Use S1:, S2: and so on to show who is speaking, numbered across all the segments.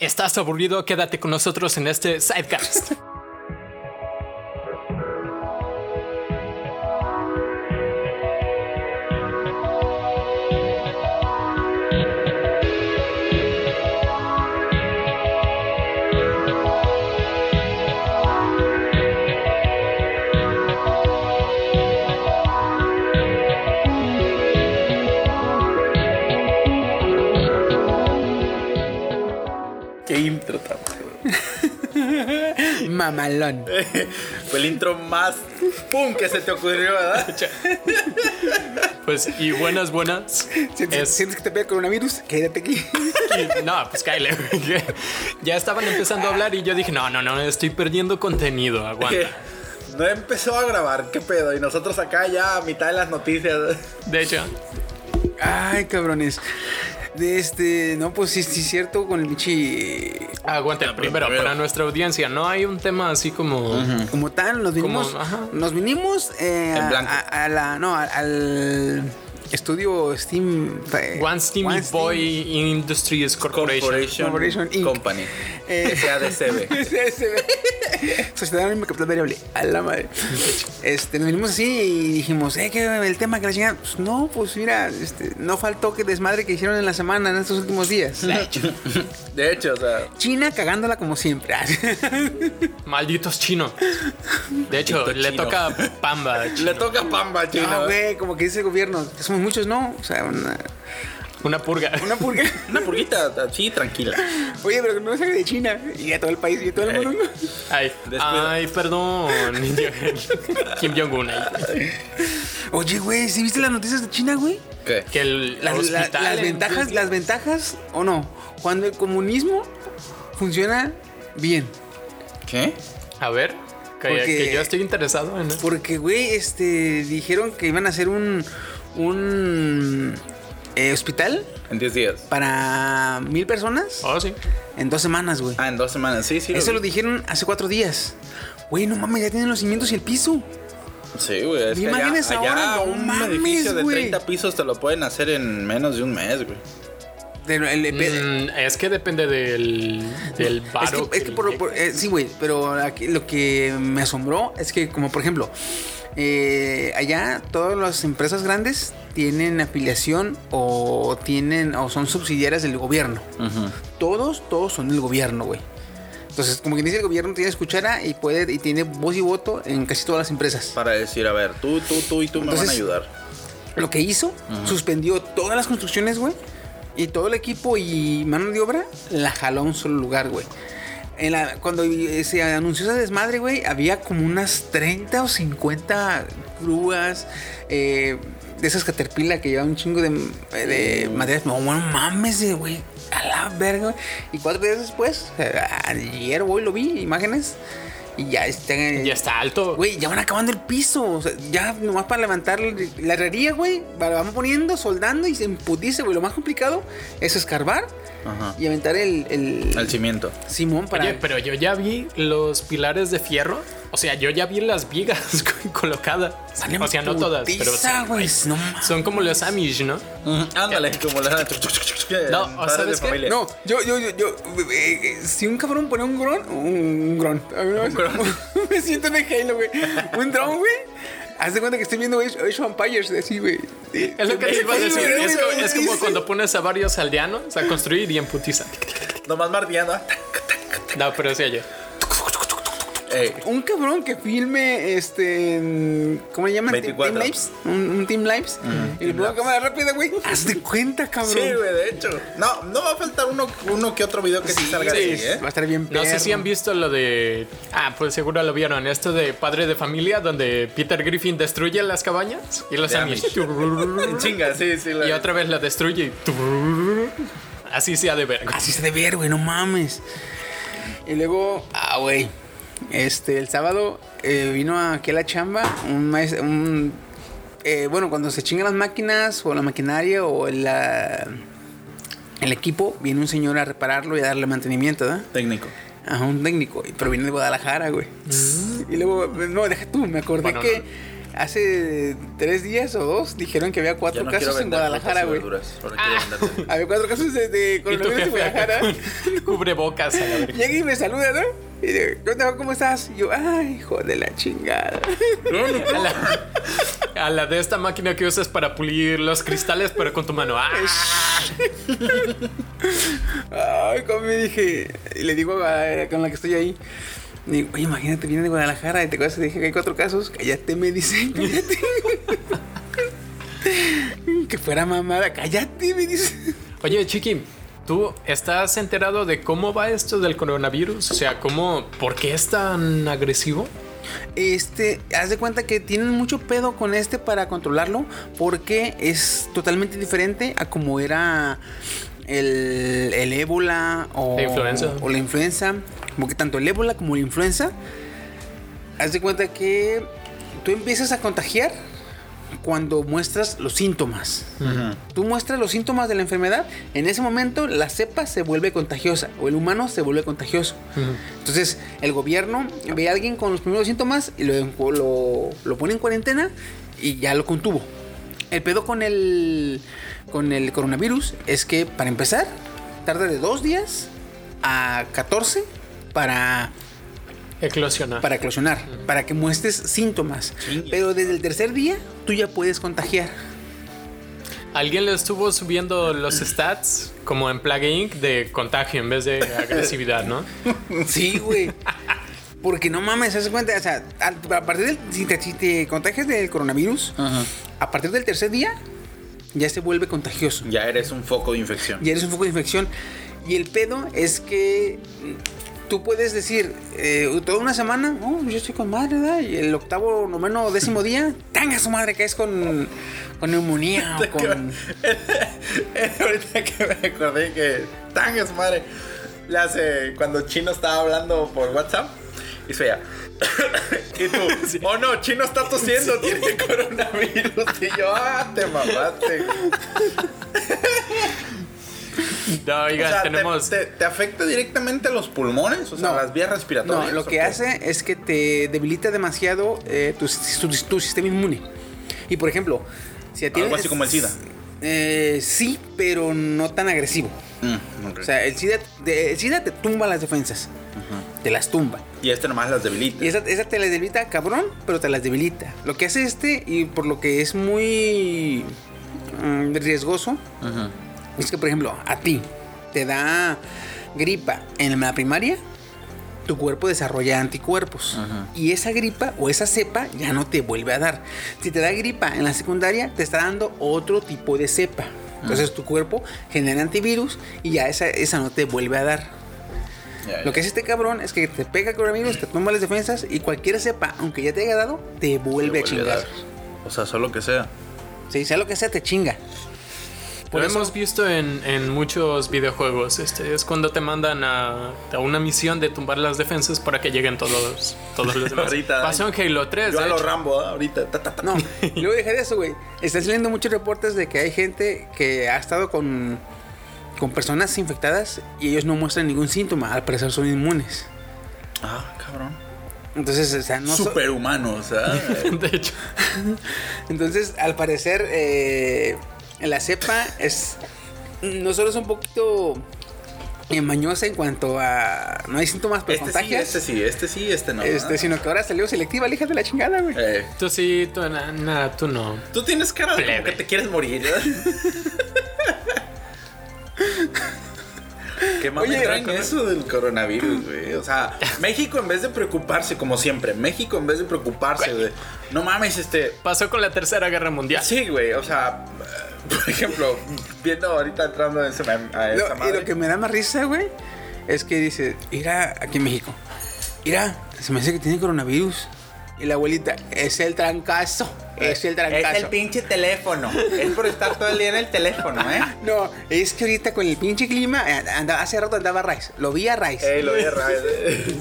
S1: ¿Estás aburrido? Quédate con nosotros en este sidecast.
S2: Qué intro tan bueno.
S3: Mamalón.
S2: Fue el intro más pum que se te ocurrió, ¿verdad?
S1: Pues, y buenas, buenas.
S3: ¿Sientes,
S1: Es-
S3: sientes que te pega el coronavirus? Quédate aquí.
S1: Y- no, pues cállate. güey. Ya estaban empezando a hablar y yo dije, no, no, no, estoy perdiendo contenido,
S2: Que
S1: aguanta.
S2: No empezó a grabar, qué pedo. Y nosotros acá ya a mitad de las noticias.
S1: De hecho,
S3: Ay, cabrones. De este. No, pues sí, sí, es cierto, con el pinche.
S1: aguanta, primero,
S2: primero.
S1: para nuestra audiencia, no hay un tema así como...
S3: Como tal, nos vinimos.
S1: ajá.
S3: nos vinimos eh,
S2: En
S3: a-
S2: blanco.
S3: A, a la. No, a- al. Estudio Steam. eh,
S1: One Steam
S3: One
S1: Boy Industries Corporation.
S3: Corporation Inc.
S2: Company.
S3: Eh.
S2: SADCB.
S3: Sociedad Anónima Capital Variable. A la madre. Este, nos vinimos así y dijimos, eh, que el tema que la chingada. Pues no, pues mira, este, no faltó que desmadre que hicieron en la semana, en estos últimos días.
S2: De hecho, o sea,
S3: China cagándola como siempre.
S1: Malditos chinos. De hecho,
S2: Maldito
S1: le
S2: chino.
S1: toca Pamba.
S2: le toca pamba, chino.
S3: Ah, güey, como que dice el gobierno, que somos muchos, ¿no? O sea, una,
S1: Una purga.
S3: una purga.
S2: Una purguita así, tranquila.
S3: Oye, pero que no salga de China y a todo el país y a todo el mundo.
S1: Ay,
S2: Descuida.
S1: ay, perdón. Kim Jong-un ahí.
S3: Oye, güey, ¿sí viste las noticias de China, güey?
S2: ¿Qué?
S1: Que el
S3: Las, la-
S1: hospital
S3: las
S1: en-
S3: ventajas, las ventajas o no. Cuando el comunismo funciona bien.
S2: ¿Qué?
S1: A ver, que,
S3: Porque-
S1: que yo estoy interesado en eso.
S3: Porque, güey, este, dijeron que iban a hacer un, un eh, hospital
S2: En 10 días.
S3: para mil personas
S1: Oh, sí.
S3: en dos semanas, güey.
S2: Ah, en dos semanas, sí, sí.
S3: Eso lo
S2: vi.
S3: dijeron hace cuatro días. Güey, no mames, ya tienen los cimientos y el piso.
S2: Sí, güey. Es
S3: ¿Te
S2: que allá,
S3: imaginas ahora?
S2: allá
S3: No
S2: un
S3: mames,
S2: edificio de
S3: güey.
S2: 30 pisos te lo pueden hacer en menos de un mes, güey.
S3: De- el- el-
S1: Mm, es que depende del, del
S3: es
S1: varo
S3: que, es que por,
S1: le-
S3: por- eh, sí, güey, pero aquí lo que me asombró es que, como por ejemplo, eh, allá todas las empresas grandes tienen afiliación o tienen o son subsidiarias del gobierno. Todos, todos son del gobierno, güey. Entonces, como quien dice, el gobierno tiene escuchara y puede y tiene voz y voto en casi todas las empresas.
S2: Para decir, a ver, tú, tú, tú y tú
S3: Entonces-
S2: me van a ayudar.
S3: Lo que hizo, suspendió todas las construcciones, güey. Y todo el equipo y mano de obra la jaló a un solo lugar, güey. En la- cuando eh, se anunció esa desmadre, güey, había como unas 30 o 50 grúas eh, de esas caterpillar que llevan un chingo de, de materias. No, bueno, mames, eh, güey. A la verga, güey. Y cuatro días después, eh, ayer, güey, lo vi, imágenes. Y ya están.
S1: Ya está alto.
S3: Güey, ya van acabando el piso. O sea, ya nomás para levantar la herrería, güey. va- la Vamos poniendo, soldando y se emputice, güey. Lo más complicado es escarbar
S2: Ajá.
S3: y aventar el, el,
S2: Al cimiento.
S3: Simón para.
S1: Oye, pero yo ya vi los pilares de fierro. O sea, yo ya vi las vigas co- colocadas.
S3: Sale
S1: O sea, no todas, pero sí,
S3: putiza, güey. No mames.
S1: son como los Amish, ¿no?
S2: Ándale, como la.
S1: No, o ¿sabes qué?
S3: No, yo, yo, yo, yo, eh, eh, si un cabrón pone un gron, un, un gron, A mí me-
S2: gron.
S3: me siento en el Halo, güey. Un dron, güey. Haz de cuenta que estoy viendo Age Age of Empires, así, güey.
S1: Es lo que te iba a
S3: Sí,
S1: decir.
S3: güey,
S1: Es,
S3: güey,
S1: co- es como
S3: sí.
S1: cuando pones a varios aldeanos a construir y en putiza.
S2: Nomás martillando.
S1: No, pero sí, yo.
S2: Ey,
S3: Un cabrón que filme este. en- ¿Cómo le llaman?
S2: 24.
S3: Team Lives. Un, un Team Lives. Y le pongo cámara rápida, güey. Haz de cuenta, cabrón.
S2: Sí, güey, de hecho. No, no va a faltar uno, uno que otro video que sí, salga
S1: sí.
S2: así, ¿eh?
S3: Va a estar bien
S1: No sé si han
S3: perro.
S1: visto lo de. Ah, pues seguro lo vieron. Esto de Padre de Familia, donde Peter Griffin destruye las cabañas y los
S2: De
S1: Amish.
S2: En chinga, sí, sí. la-
S1: Y otra vez la destruye y. Así se ha de ver.
S3: Así se debe ver, güey, no mames. Y luego, ah, güey. Este, el sábado eh, vino aquí a la chamba un maestro. Un, eh, bueno, cuando se chingan las máquinas o la maquinaria o la, el equipo, viene un señor a repararlo y a darle mantenimiento, ¿verdad?
S2: Técnico.
S3: Ajá, un técnico, pero viene de Guadalajara, güey. Y luego, no, pues, deja tú, me acordé
S1: Bueno,
S3: que hace tres días o dos dijeron que había cuatro
S2: Ya no quiero
S3: casos en
S2: vender
S3: Guadalajara,
S2: frutas y
S3: güey. Ah.
S2: verduras, Solo quiero vender verduras.
S3: Había cuatro casos de, de
S1: Y tu
S3: coronavirus en
S1: jefe acá
S3: Guadalajara.
S1: con cubrebocas a la verga.
S3: Llega y me saluda, ¿no? Y digo, ¿qué onda? ¿Cómo estás? Y yo, ay, hijo de la chingada.
S1: A la, a la de esta máquina que usas para pulir los cristales, pero con tu mano. ¡Ah!
S3: Ay, como me dije, y le digo a, con la que estoy ahí. le Digo, oye, imagínate, viene de Guadalajara y te acuerdas que dije que hay cuatro casos. Cállate, me dice, cállate. que fuera mamada, cállate, me dice.
S1: Oye, Chiqui, ¿tú estás enterado de cómo va esto del coronavirus? O sea, ¿cómo, ¿por qué es tan agresivo?
S3: Este, haz de cuenta que tienen mucho pedo con este para controlarlo porque es totalmente diferente a como era el, el ébola o
S1: La influenza.
S3: O la influenza. Como que tanto el ébola como la influenza. Haz de cuenta que tú empiezas a contagiar cuando muestras los síntomas. Tú muestras los síntomas de la enfermedad, en ese momento la cepa se vuelve contagiosa o el humano se vuelve contagioso. Entonces, el gobierno ve a alguien con los primeros síntomas y lo, lo, lo pone en cuarentena y ya lo contuvo. El pedo con el, con el coronavirus es que, para empezar, tarda de dos días a 14 para
S1: Eclosionar.
S3: para eclosionar, para que muestres síntomas.
S2: Chingue.
S3: Pero desde el tercer día tú ya puedes contagiar.
S1: Alguien le estuvo subiendo los stats como en Plague Inc. de contagio en vez de agresividad, ¿no?
S3: Sí, güey. Porque no mames, ¿se das cuenta? O sea, al- a partir del. Si te, si te contagias del coronavirus, a partir del tercer día ya se vuelve contagioso.
S2: Ya eres un foco de infección.
S3: y eres un foco de infección. Y el pedo es que tú puedes decir eh, toda una semana, oh, yo estoy con madre, ¿verdad? Y el octavo, noveno o décimo día, tanga su madre que es con, con neumonía o con.
S2: Ahorita que me acordé que tan es madre. Le hace cuando Chino estaba hablando por WhatsApp y se veía. y tú, oh no, Chino está tosiendo, tiene coronavirus. Y yo, ah, te mamaste.
S1: No, oigan,
S2: o sea, te-
S1: tenemos.
S2: te, te afecta directamente a los pulmones, o sea,
S3: No.
S2: las vías respiratorias.
S3: No, lo
S2: ¿o
S3: que
S2: qué?
S3: hace es que te debilita demasiado eh, tu, sis- tu- tu sistema inmune. Y por ejemplo, si a ti
S2: Algo así como el SIDA.
S3: Eh, sí, pero no tan agresivo.
S2: Mm, ok.
S3: O sea, el SIDA, te- el SIDA te tumba las defensas. Te las tumba.
S2: y este nomás las debilita.
S3: Y esa, esa te las debilita, cabrón, pero te las debilita. Lo que hace este, y por lo que es muy mm, riesgoso,
S2: Ujú.
S3: es que, por ejemplo, a ti te da gripa en la primaria, tu cuerpo desarrolla anticuerpos.
S2: Ajá.
S3: Y esa gripa o esa cepa ya no te vuelve a dar. Si te da gripa en la secundaria, te está dando otro tipo de cepa. Entonces tu cuerpo genera antivirus y ya esa, esa no te vuelve a dar.
S2: Ya,
S3: Lo que hace este cabrón es que te pega el coronavirus, te toma las defensas y cualquier cepa, aunque ya te haya dado, te
S2: ya,
S3: vuelve a
S2: te
S3: chingar.
S2: dar. O sea, solo que sea.
S3: Sí, sea lo que sea, te chinga.
S1: Lo hemos visto en, en muchos videojuegos. Este es cuando te mandan a, a una misión de tumbar las defensas para que lleguen todos, todos los demás.
S2: Ahorita,
S1: Pasó en Halo 3.
S2: Yo
S1: de
S2: a lo
S1: hecho.
S2: Rambo, ¿ah? ahorita. ta, ta, ta.
S3: No, y luego deja de eso, güey. Están saliendo muchos reportes de que hay gente que ha estado con, con personas infectadas y ellos no muestran ningún síntoma. Al parecer son inmunes.
S2: Ah, cabrón.
S3: Entonces, o sea, no so-
S2: Superhumano, o sea. eh,
S1: de hecho,
S3: Entonces, al parecer, eh, la cepa es. No solo es un poquito eh, mañosa en cuanto a. No hay síntomas, pero
S2: Este sí,
S3: contagias.
S2: este sí, este sí, este no.
S3: Este,
S2: ¿ah?
S3: sino que ahora salió selectiva, la hija de la chingada, güey.
S2: Eh,
S1: tú sí, tú nada, tú no.
S2: tú tienes cara de como
S1: Plebe.
S2: que te quieres morir. ¿eh? Qué mami
S3: Oye,
S2: traen
S3: con-
S2: eso del coronavirus, güey. O sea, México en vez de preocuparse, como siempre, México en vez de preocuparse de. No mames, este.
S1: Pasó con la Tercera Guerra Mundial.
S2: Sí, güey, o sea, por ejemplo, viendo ahorita entrando en ese mem- a esa
S3: Lo- y
S2: madre.
S3: lo que me da más risa, güey, es que dice, irá aquí en México. Irá, se me dice que tiene coronavirus. Y la abuelita, es el trancazo. Es el trancazo.
S2: pinche teléfono. Es por estar todo el día en el teléfono, ¿eh?
S3: no, es que ahorita con el pinche clima, eh, andaba- hace rato andaba Rice. Lo vi a Rice.
S2: Ey, lo vi a ¿eh? raíz.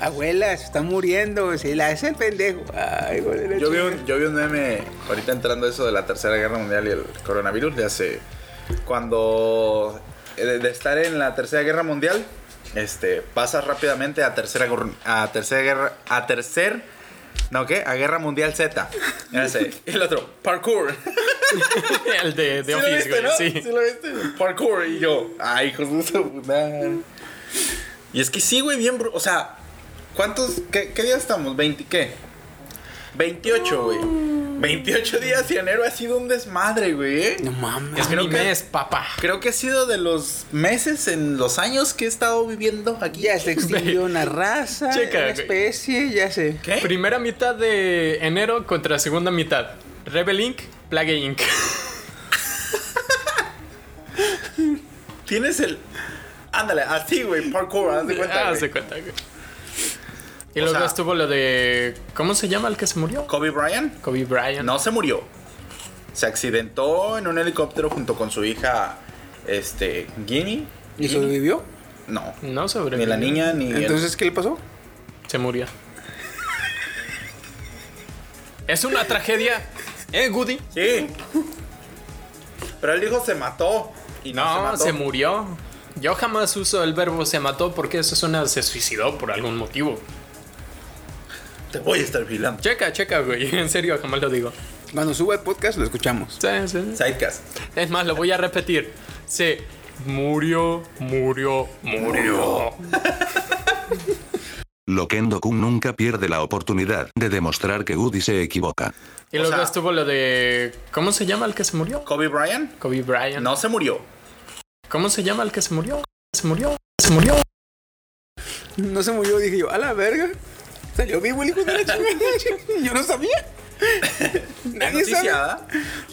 S3: Abuela, se está muriendo. Se la hace el pendejo. Ay, güey. de la
S2: Yo vi,
S3: chinga.
S2: un, yo vi un meme ahorita entrando eso de la Tercera Guerra Mundial y el coronavirus de hace... Cuando... eh, De, de estar en la Tercera Guerra Mundial, este, pasas rápidamente a Tercera, Gor- a tercera Guerra... A Tercer No, ¿qué? A Guerra Mundial Z. Ese. Y el otro, parkour.
S1: El de, de
S2: ¿Sí
S1: Office,
S2: lo viste,
S1: güey.
S2: ¿no?
S1: Sí.
S2: lo viste. Parkour. Y yo, ay, hijos de su puta. Y es que sí, güey, bien. bru- O sea, ¿cuántos. ¿Qué, qué día estamos? ¿20 qué? 28, güey. 28 días y enero ha sido un desmadre, güey. ¿eh?
S3: No mames.
S1: Es
S2: Creo
S1: mi
S2: que-
S1: mes, papá.
S2: Creo que ha sido de los meses en los años que he estado viviendo aquí.
S3: Ya se extinguió una raza,
S1: Checa,
S3: una
S1: güey.
S3: especie, ya sé.
S2: ¿Qué?
S1: Primera mitad de enero contra segunda mitad. Rebel Inc., Plague Inc.
S2: Tienes el. Ándale, así, güey, parkour, haz de cuenta.
S1: Ah,
S2: güey.
S1: se cuenta, güey. Y
S2: O
S1: luego
S2: sea-
S1: estuvo lo de. ¿Cómo se llama el que se murió?
S2: Kobe Bryant
S1: Kobe Bryant.
S2: no se murió. Se accidentó en un helicóptero junto con su hija, este, Ginny.
S3: ¿Y sobrevivió?
S2: No,
S1: No sobrevivió.
S2: ni la niña ni. el-
S3: Entonces, ¿qué le pasó?
S1: Se murió. Es una tragedia. ¿Eh, Goody?
S2: Sí. Pero él dijo se mató. Y no,
S1: No,
S2: mató.
S1: se murió. Yo jamás uso el verbo se mató porque eso suena se suicidó por algún motivo.
S2: Te voy a estar vigilando.
S1: Checa, checa, güey. En serio, jamás lo digo.
S3: Cuando suba el podcast lo escuchamos.
S1: Sí, sí.
S2: Sidecast.
S1: Es más, lo voy a repetir. Se murió, murió, murió.
S4: Loquendo Kun nunca pierde la oportunidad de demostrar que Woody se equivoca.
S1: Y
S2: O
S1: luego
S2: sea-
S1: estuvo lo de. ¿Cómo se llama el que se murió?
S2: Kobe Bryant
S1: Kobe Bryant.
S2: no se murió.
S1: ¿Cómo se llama el que se murió? Se murió, se murió.
S3: No se murió, dije yo, a la verga. Salió vivo el hijo de la chingada. Yo no sabía.
S2: Es
S3: Nadie
S2: noticia,
S3: sabe.
S2: ¿verdad?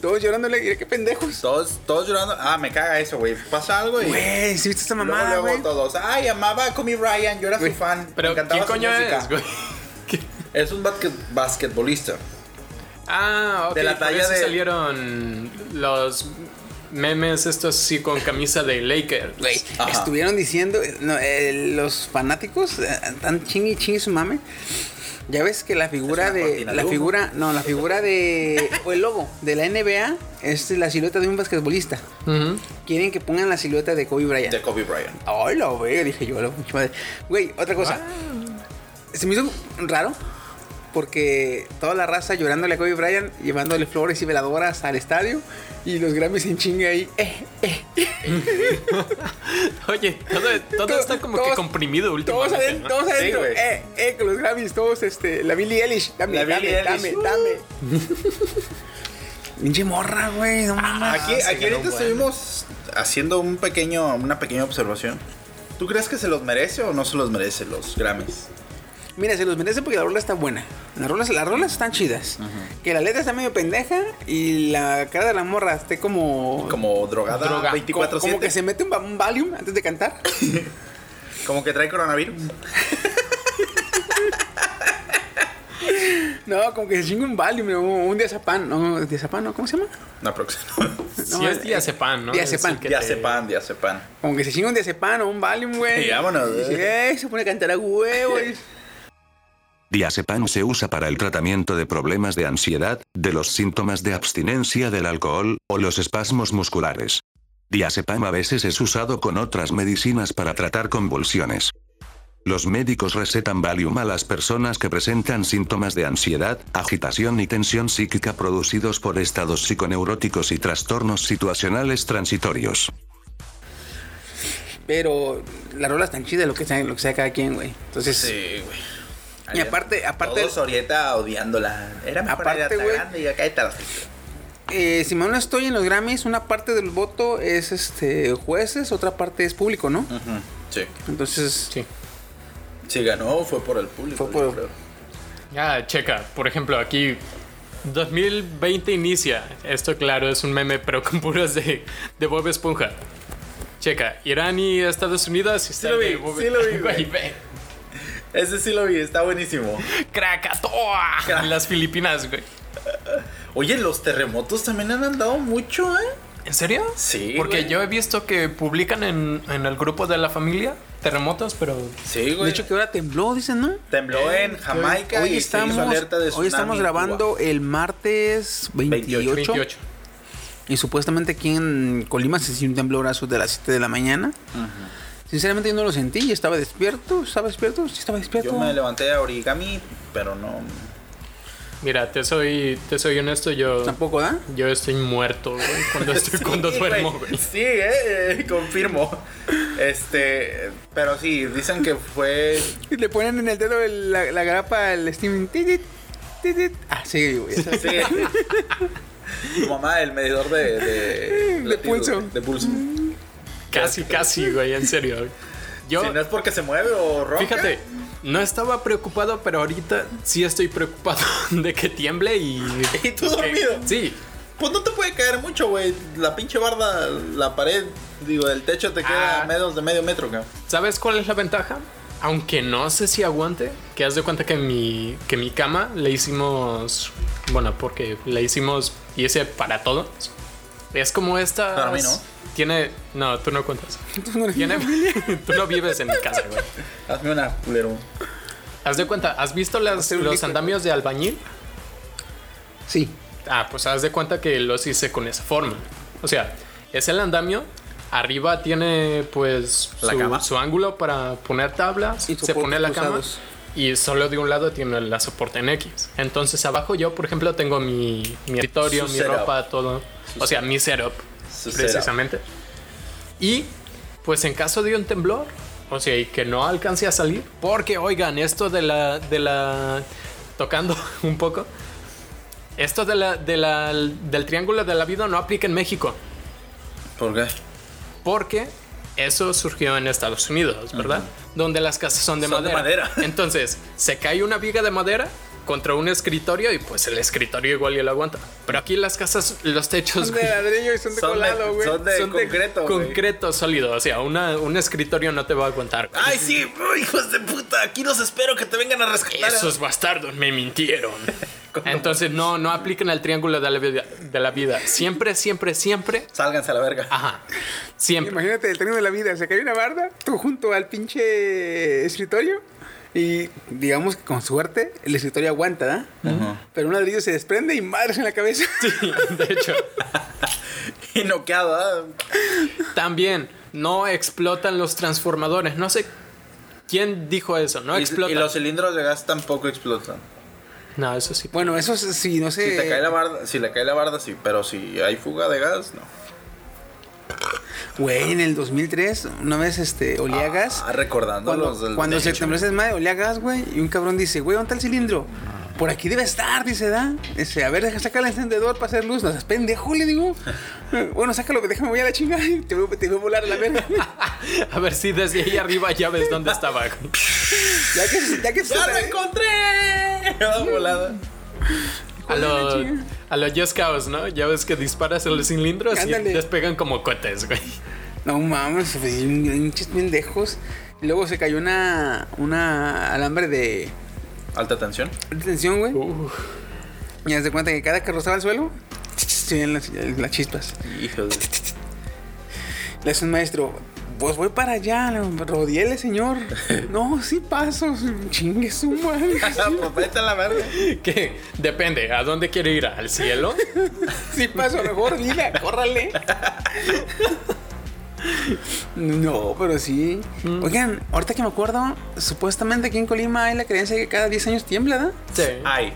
S3: Todos llorándole, diré, qué pendejos.
S2: Todos, todos llorando. Ah, me caga eso, güey. Pasa algo y.
S3: Güey, si viste esta
S2: luego,
S3: mamada,
S2: luego
S3: güey.
S2: todos. Ay, amaba a Kobe Bryant. Yo era
S3: Güey,
S2: su fan.
S1: Pero,
S2: me
S1: ¿quién
S2: encantaba su
S1: coño
S2: música.
S1: es, güey? ¿Qué?
S2: Es un basque- basquetbolista.
S1: Ah, ok.
S2: De la
S1: por
S2: talla
S1: eso
S2: de-
S1: salieron los memes estos sí con camisa de Lakers.
S3: Güey,
S2: Ajá.
S3: estuvieron diciendo, eh, no, eh, los fanáticos, eh, tan chingue y chingue su mame. Ya ves que la figura
S2: Es una
S3: de.
S2: cortina
S3: La
S2: de humo.
S3: figura, no, la figura de. o el logo de la NBA es la silueta de un basquetbolista.
S1: Ujú.
S3: Quieren que pongan la silueta de Kobe Bryant.
S2: De Kobe Bryant.
S3: Ay, la verga, dije yo, la pinche madre. Güey, otra cosa.
S2: Ah.
S3: Se me hizo raro porque toda la raza llorándole a Kobe Bryant, llevándole flores y veladoras al estadio y los Grammys en chinga ahí. Eh, eh.
S1: Oye, todo, todo
S3: Todo-
S1: está como que
S3: todos-
S1: comprimido
S3: Todos
S1: últimamente.
S3: adentro,
S1: ¿no?
S3: todos adentro.
S2: güey.
S3: eh, eh, con los Grammys, todos este. La Billie Eilish, dame,
S2: La
S3: dame,
S2: Billie
S3: dame,
S2: Eilish. Uh.
S3: dame. Pinche morra, güey, no mames.
S2: Ah, Aquí,
S1: se
S2: aquí
S1: ganó
S2: ahorita
S1: bueno.
S2: estuvimos haciendo un pequeño, una pequeña observación. ¿Tú crees que se los merece o no se los merece los Grammys?
S3: Mira, se los merece porque la rola está buena. Las rolas, las rolas están chidas. Que la letra está medio pendeja y la cara de la morra esté como.
S2: Como drogada
S1: Droga.
S2: 24
S3: como que se mete un, va- un Valium antes de cantar.
S2: Como que trae coronavirus.
S3: No, como que se chinga un Valium, no, un diazepam. No, diazepam, ¿no? ¿Cómo se llama?
S2: No, próxima.
S1: Si
S3: No,
S1: es diazepam, ¿no?
S3: diazepam.
S1: Es el que
S2: ya
S1: te-
S2: sepan, ya sepan.
S3: Como que se chinga un diazepam o un Valium, güey.
S2: Y vámonos,
S3: Y dice, "Ey, se pone a cantar a huevo. y-
S4: Diazepam se usa para el tratamiento de problemas de ansiedad, de los síntomas de abstinencia del alcohol, o los espasmos musculares. Diazepam a veces es usado con otras medicinas para tratar convulsiones. Los médicos recetan Valium a las personas que presentan síntomas de ansiedad, agitación y tensión psíquica producidos por estados psiconeuróticos y trastornos situacionales transitorios.
S3: Pero las rolas están chidas, lo que sea, lo que sea cada quien, güey. Entonces,
S2: Sí, güey.
S3: Y aparte- aparte-
S2: Todos ahorita odiándola. Era mejor
S3: Aparte,
S2: aparte,
S3: güey.
S2: grande y acá está la
S3: eh, si mal no estoy en los Grammys, una parte del voto es este jueces, otra parte es público, ¿no?
S2: Sí.
S3: Entonces,
S1: Sí.
S2: Si ganó, fue por el público.
S3: Fue por-
S2: yo creo.
S1: Ya, checa. Por ejemplo, aquí 2020 inicia. Esto, claro, es un meme, pero con puras de, de Bob Esponja. Checa, Irán y Estados Unidos. Sí,
S2: lo vi, sí lo vi, güey. Ese sí lo vi, está buenísimo.
S1: Krakatoa.
S2: Kra-
S1: Las Filipinas, güey.
S2: Oye, los terremotos también han andado mucho, ¿eh?
S1: ¿En serio?
S2: Sí,
S1: Porque
S2: güey.
S1: yo he visto que publican en, en el grupo de la familia terremotos, pero
S2: Sí, güey.
S3: de hecho que ahora tembló, dicen, ¿no?
S2: Tembló en Jamaica
S3: Hoy
S2: y
S3: estamos,
S2: se hizo alerta de
S3: hoy
S2: tsunami
S3: estamos
S2: en
S3: grabando el martes 28,
S1: 28.
S3: y supuestamente aquí en Colima se sintió un temblorazo de las 7 de la mañana. Sinceramente yo no lo sentí, yo estaba despierto, estaba despierto, sí estaba
S2: Cuba.
S3: despierto.
S2: Yo me levanté a origami, pero no.
S1: Mira, te soy, te soy honesto, yo,
S3: Tampoco, ¿da?
S1: yo estoy muerto, güey, cuando, estoy, cuando
S2: Sí,
S1: duermo, güey.
S2: Sí, eh, eh, confirmo. Este, pero sí, dicen que fue
S3: Y le ponen en el dedo el- la, la grapa al Steam. Titit, titit. Ah, sí, güey. esa-
S2: Sí. Tu mamá, el medidor de. De,
S3: De
S2: latido,
S3: pulso. Mm.
S2: De pulso.
S1: Casi, casi, güey, en serio. Yo,
S2: Si no es porque se mueve o roca.
S1: fíjate, no estaba preocupado, pero ahorita sí estoy preocupado de que tiemble y...
S2: Y tú dormido.
S1: Sí.
S2: Pues no te puede caer mucho, güey. La pinche barda, la pared, digo, el techo te queda
S1: Ah.
S2: a menos de medio metro, cabrón.
S1: ¿Sabes cuál es la ventaja? Aunque no sé si aguante, que haz de cuenta que mi, que mi cama le hicimos. Bueno, porque le hicimos y ese para todos. Es como esta.
S2: Para mí no.
S1: Tiene. No, tú no cuentas.
S3: no eres
S1: Tiene- tú no vives en mi casa, güey.
S2: Hazme una, culero.
S1: Haz de cuenta, ¿has visto las-
S3: Hacer un
S1: los
S3: disco.
S1: andamios de albañil?
S3: Sí.
S1: Ah, pues haz de cuenta que los hice con esa forma. O sea, es el andamio. Arriba tiene pues
S2: La
S1: su,
S2: cama.
S1: su ángulo para poner tablas.
S3: Y
S1: se pone la cama.
S3: soportes
S1: Y solo de un lado tiene la soporte en X. Entonces abajo yo, por ejemplo, tengo mi, mi escritorio,
S2: Su
S1: mi
S2: setup.
S1: ropa, todo. O sea, mi setup.
S2: Su
S1: precisamente. Y pues en caso de un temblor, o sea, y que no alcance a salir, porque oigan, esto de la de la tocando un poco esto de la, de la- del triángulo de la vida no aplica en México,
S2: ¿Por qué?
S1: porque eso surgió en Estados Unidos, ¿verdad? Donde las casas son de
S2: Son de
S1: madera.
S2: madera.
S1: Entonces, se cae una viga de madera contra un escritorio y pues el escritorio igual ya lo aguanta. Pero aquí las casas, los techos
S3: Son de
S1: güey,
S3: ladrillo y son de
S2: Son de-
S3: colado, güey.
S2: son de- concreto, güey.
S1: concreto sólido. O sea, una, un escritorio no te va a aguantar. güey.
S2: ¡Ay, sí! ¡Hijos de puta! Aquí los espero que te vengan a rescatar.
S1: Esos bastardos me mintieron. Entonces, no, no apliquen el triángulo de la vida. De la vida. Siempre, siempre, siempre.
S2: Sálganse a la verga.
S1: Ajá. Siempre.
S3: Imagínate el término de la vida. Se cae una barda, tú junto al pinche escritorio. Y digamos que con suerte el escritorio aguanta, ¿da? Pero un ladrillo se desprende y madres en la cabeza.
S1: Sí, de hecho.
S2: Y noqueado, ¿ah?
S1: También no explotan los transformadores. No sé quién dijo eso. No
S2: y,
S1: explotan.
S2: y los cilindros de gas tampoco explotan.
S1: No, eso sí.
S3: Bueno, eso es- sí, no sé.
S2: Si te cae la barda, si le cae la barda, sí. Pero si hay fuga de gas, no.
S3: Güey, en el 2003, una vez este, olía a gas.
S2: Ah, recordando
S3: Cuando,
S2: los del
S3: cuando se
S2: techo.
S3: tembló ese madre, olía a gas, güey. Y un cabrón dice, güey, ¿dónde está el cilindro? Por aquí debe estar, dice, da. Dice, a ver, deja sacar el encendedor para hacer luz. No seas pendejo, le digo. bueno, sácalo, déjame voy a la chingada y te voy, te voy a volar a la verga.
S1: A ver si desde ahí arriba ya ves dónde estaba. güey.
S3: ya que, ya que
S2: ¡Ya lo encontré! Quedó volada.
S1: A los
S3: de la chica.
S1: a los Just Cause, ¿no? Ya ves que disparas en los cilindros
S3: Ándale.
S1: y despegan como cohetes, güey.
S3: No mames, güey, pinches pendejos. Y luego se cayó una, una alambre de
S2: Alta tensión.
S3: de tensión, güey.
S1: Uf.
S3: Y haz de cuenta que cada que rozaba el suelo, se veían las, las chispas.
S2: Hijo de.
S3: Le hace un maestro, pues voy para allá, rodiele, señor. no, sí paso, chingue su madre.
S2: pues vete a la verga.
S1: Que depende, ¿a dónde quiere ir? ¿Al cielo?
S3: sí paso, mejor dile, córrale. No, pero sí. Oigan, ahorita que me acuerdo, supuestamente aquí en Colima hay la creencia de que cada 10 años tiembla, ¿verdad?
S1: Sí.
S2: Ay.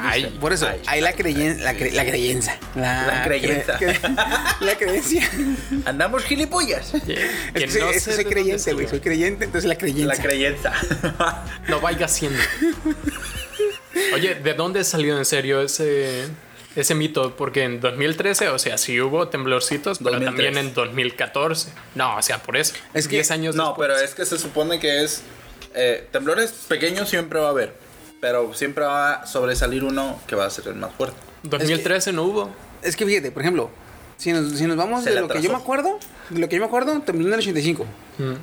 S1: Ay,
S3: Por eso,
S2: Ay,
S3: hay la, creyen- la, cre- la creencia. La,
S2: La creencia.
S3: cre- cre- la creencia.
S2: Andamos gilipollas.
S1: que
S3: Es que, soy- es que
S1: sé
S3: soy
S1: de dónde
S3: creyente,
S1: salió.
S3: güey. Soy creyente, entonces la creencia.
S2: La creyenta.
S1: Lo vaya haciendo. Oye, ¿de dónde salió en serio ese, ese mito? Porque en 2013, o sea, sí hubo temblorcitos, pero
S2: 2003.
S1: también en 2014. No, o sea, por eso.
S3: Es que-
S1: 10 años
S2: No,
S1: después.
S2: pero es que se supone que es. eh, temblores pequeños siempre va a haber. Pero siempre va a sobresalir uno que va a ser el más fuerte.
S1: 2013 no hubo.
S3: Es que fíjate, por ejemplo, si nos, si nos vamos
S2: Se
S3: de
S2: la
S3: lo que yo me
S2: atrasó.
S3: acuerdo, de lo que yo me acuerdo, tembló en el 85.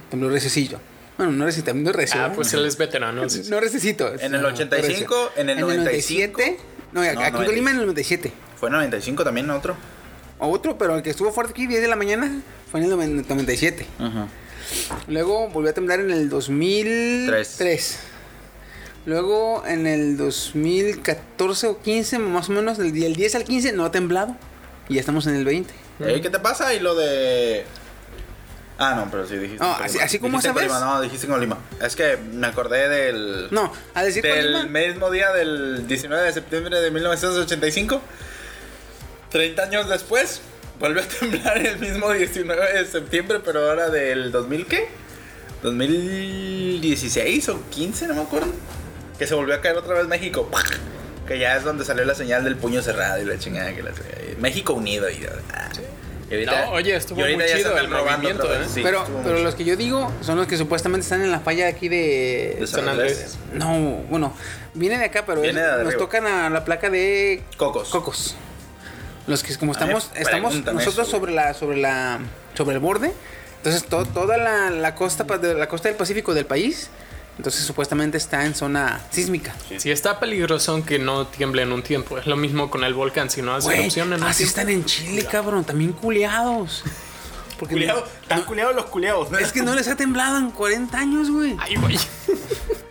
S3: Tembló rececillo. Bueno, no rececillo, tembló recio.
S1: Ah,
S3: ¿no?
S1: pues él es veterano. sí, sí.
S3: No rececito.
S2: En el 85, en el
S3: 97. No,
S2: No,
S3: aquí en
S2: 90.
S3: Colima en el 97.
S2: Fue 95 también otro.
S3: O otro, pero el que estuvo fuerte aquí 10 de la mañana fue en el 90 97. Luego volvió a temblar en el 2003. Luego en el 2014 o 15, más o menos, del del 10 al 15 no ha temblado. Y ya estamos en el 20.
S2: Eh, ¿Qué te pasa? Y lo de. Ah, no, pero sí dijiste.
S3: No,
S2: con
S3: así-
S2: lima.
S3: así como
S2: Dijiste
S3: esa
S2: con
S3: vez.
S2: lima, No, dijiste con lima. Es que me acordé del.
S3: No, a decir con
S2: Del
S3: Lima.
S2: mismo día del 19 de septiembre de 1985. 30 años después, vuelve a temblar el mismo 19 de septiembre, pero ahora del 2000, ¿qué? 2016 o 15, no me acuerdo. Que se volvió a caer otra vez México. ¡pac! Que ya es donde salió la señal del puño cerrado y la chingada que la México unido y, ah. Y ahorita-
S1: No, oye, estuvo
S2: y ahorita
S1: muy
S2: ya se
S1: chido
S2: andan
S1: el
S2: robando
S1: movimiento,
S2: otra vez.
S1: ¿eh?
S2: Sí,
S3: pero
S2: estuvo
S3: pero
S2: muy
S3: los que yo digo son los que supuestamente están en la falla aquí de.
S2: chido.
S1: San Andrés.
S3: No, bueno, viene de acá, pero
S2: Viene de
S3: es- nos
S2: arriba.
S3: tocan a la placa de
S2: Cocos.
S3: Cocos. Los que como
S2: A ver,
S3: estamos, estamos
S2: pregúntame
S3: nosotros
S2: eso,
S3: sobre la, sobre la, sobre el borde. Entonces to- toda la, la costa pa- de la costa del Pacífico del país, entonces supuestamente está en zona sísmica.
S1: Si está peligroso que no tiemble en un tiempo. Es lo mismo con el volcán, si Pues no hace
S3: Güey,
S1: erupción en un
S3: así
S1: tiempo.
S3: están en Chile, cabrón, también culeados. Porque
S2: Culeado, tan culeados los culeados.
S3: es que no les ha temblado en 40 años, güey.
S1: Ay, güey.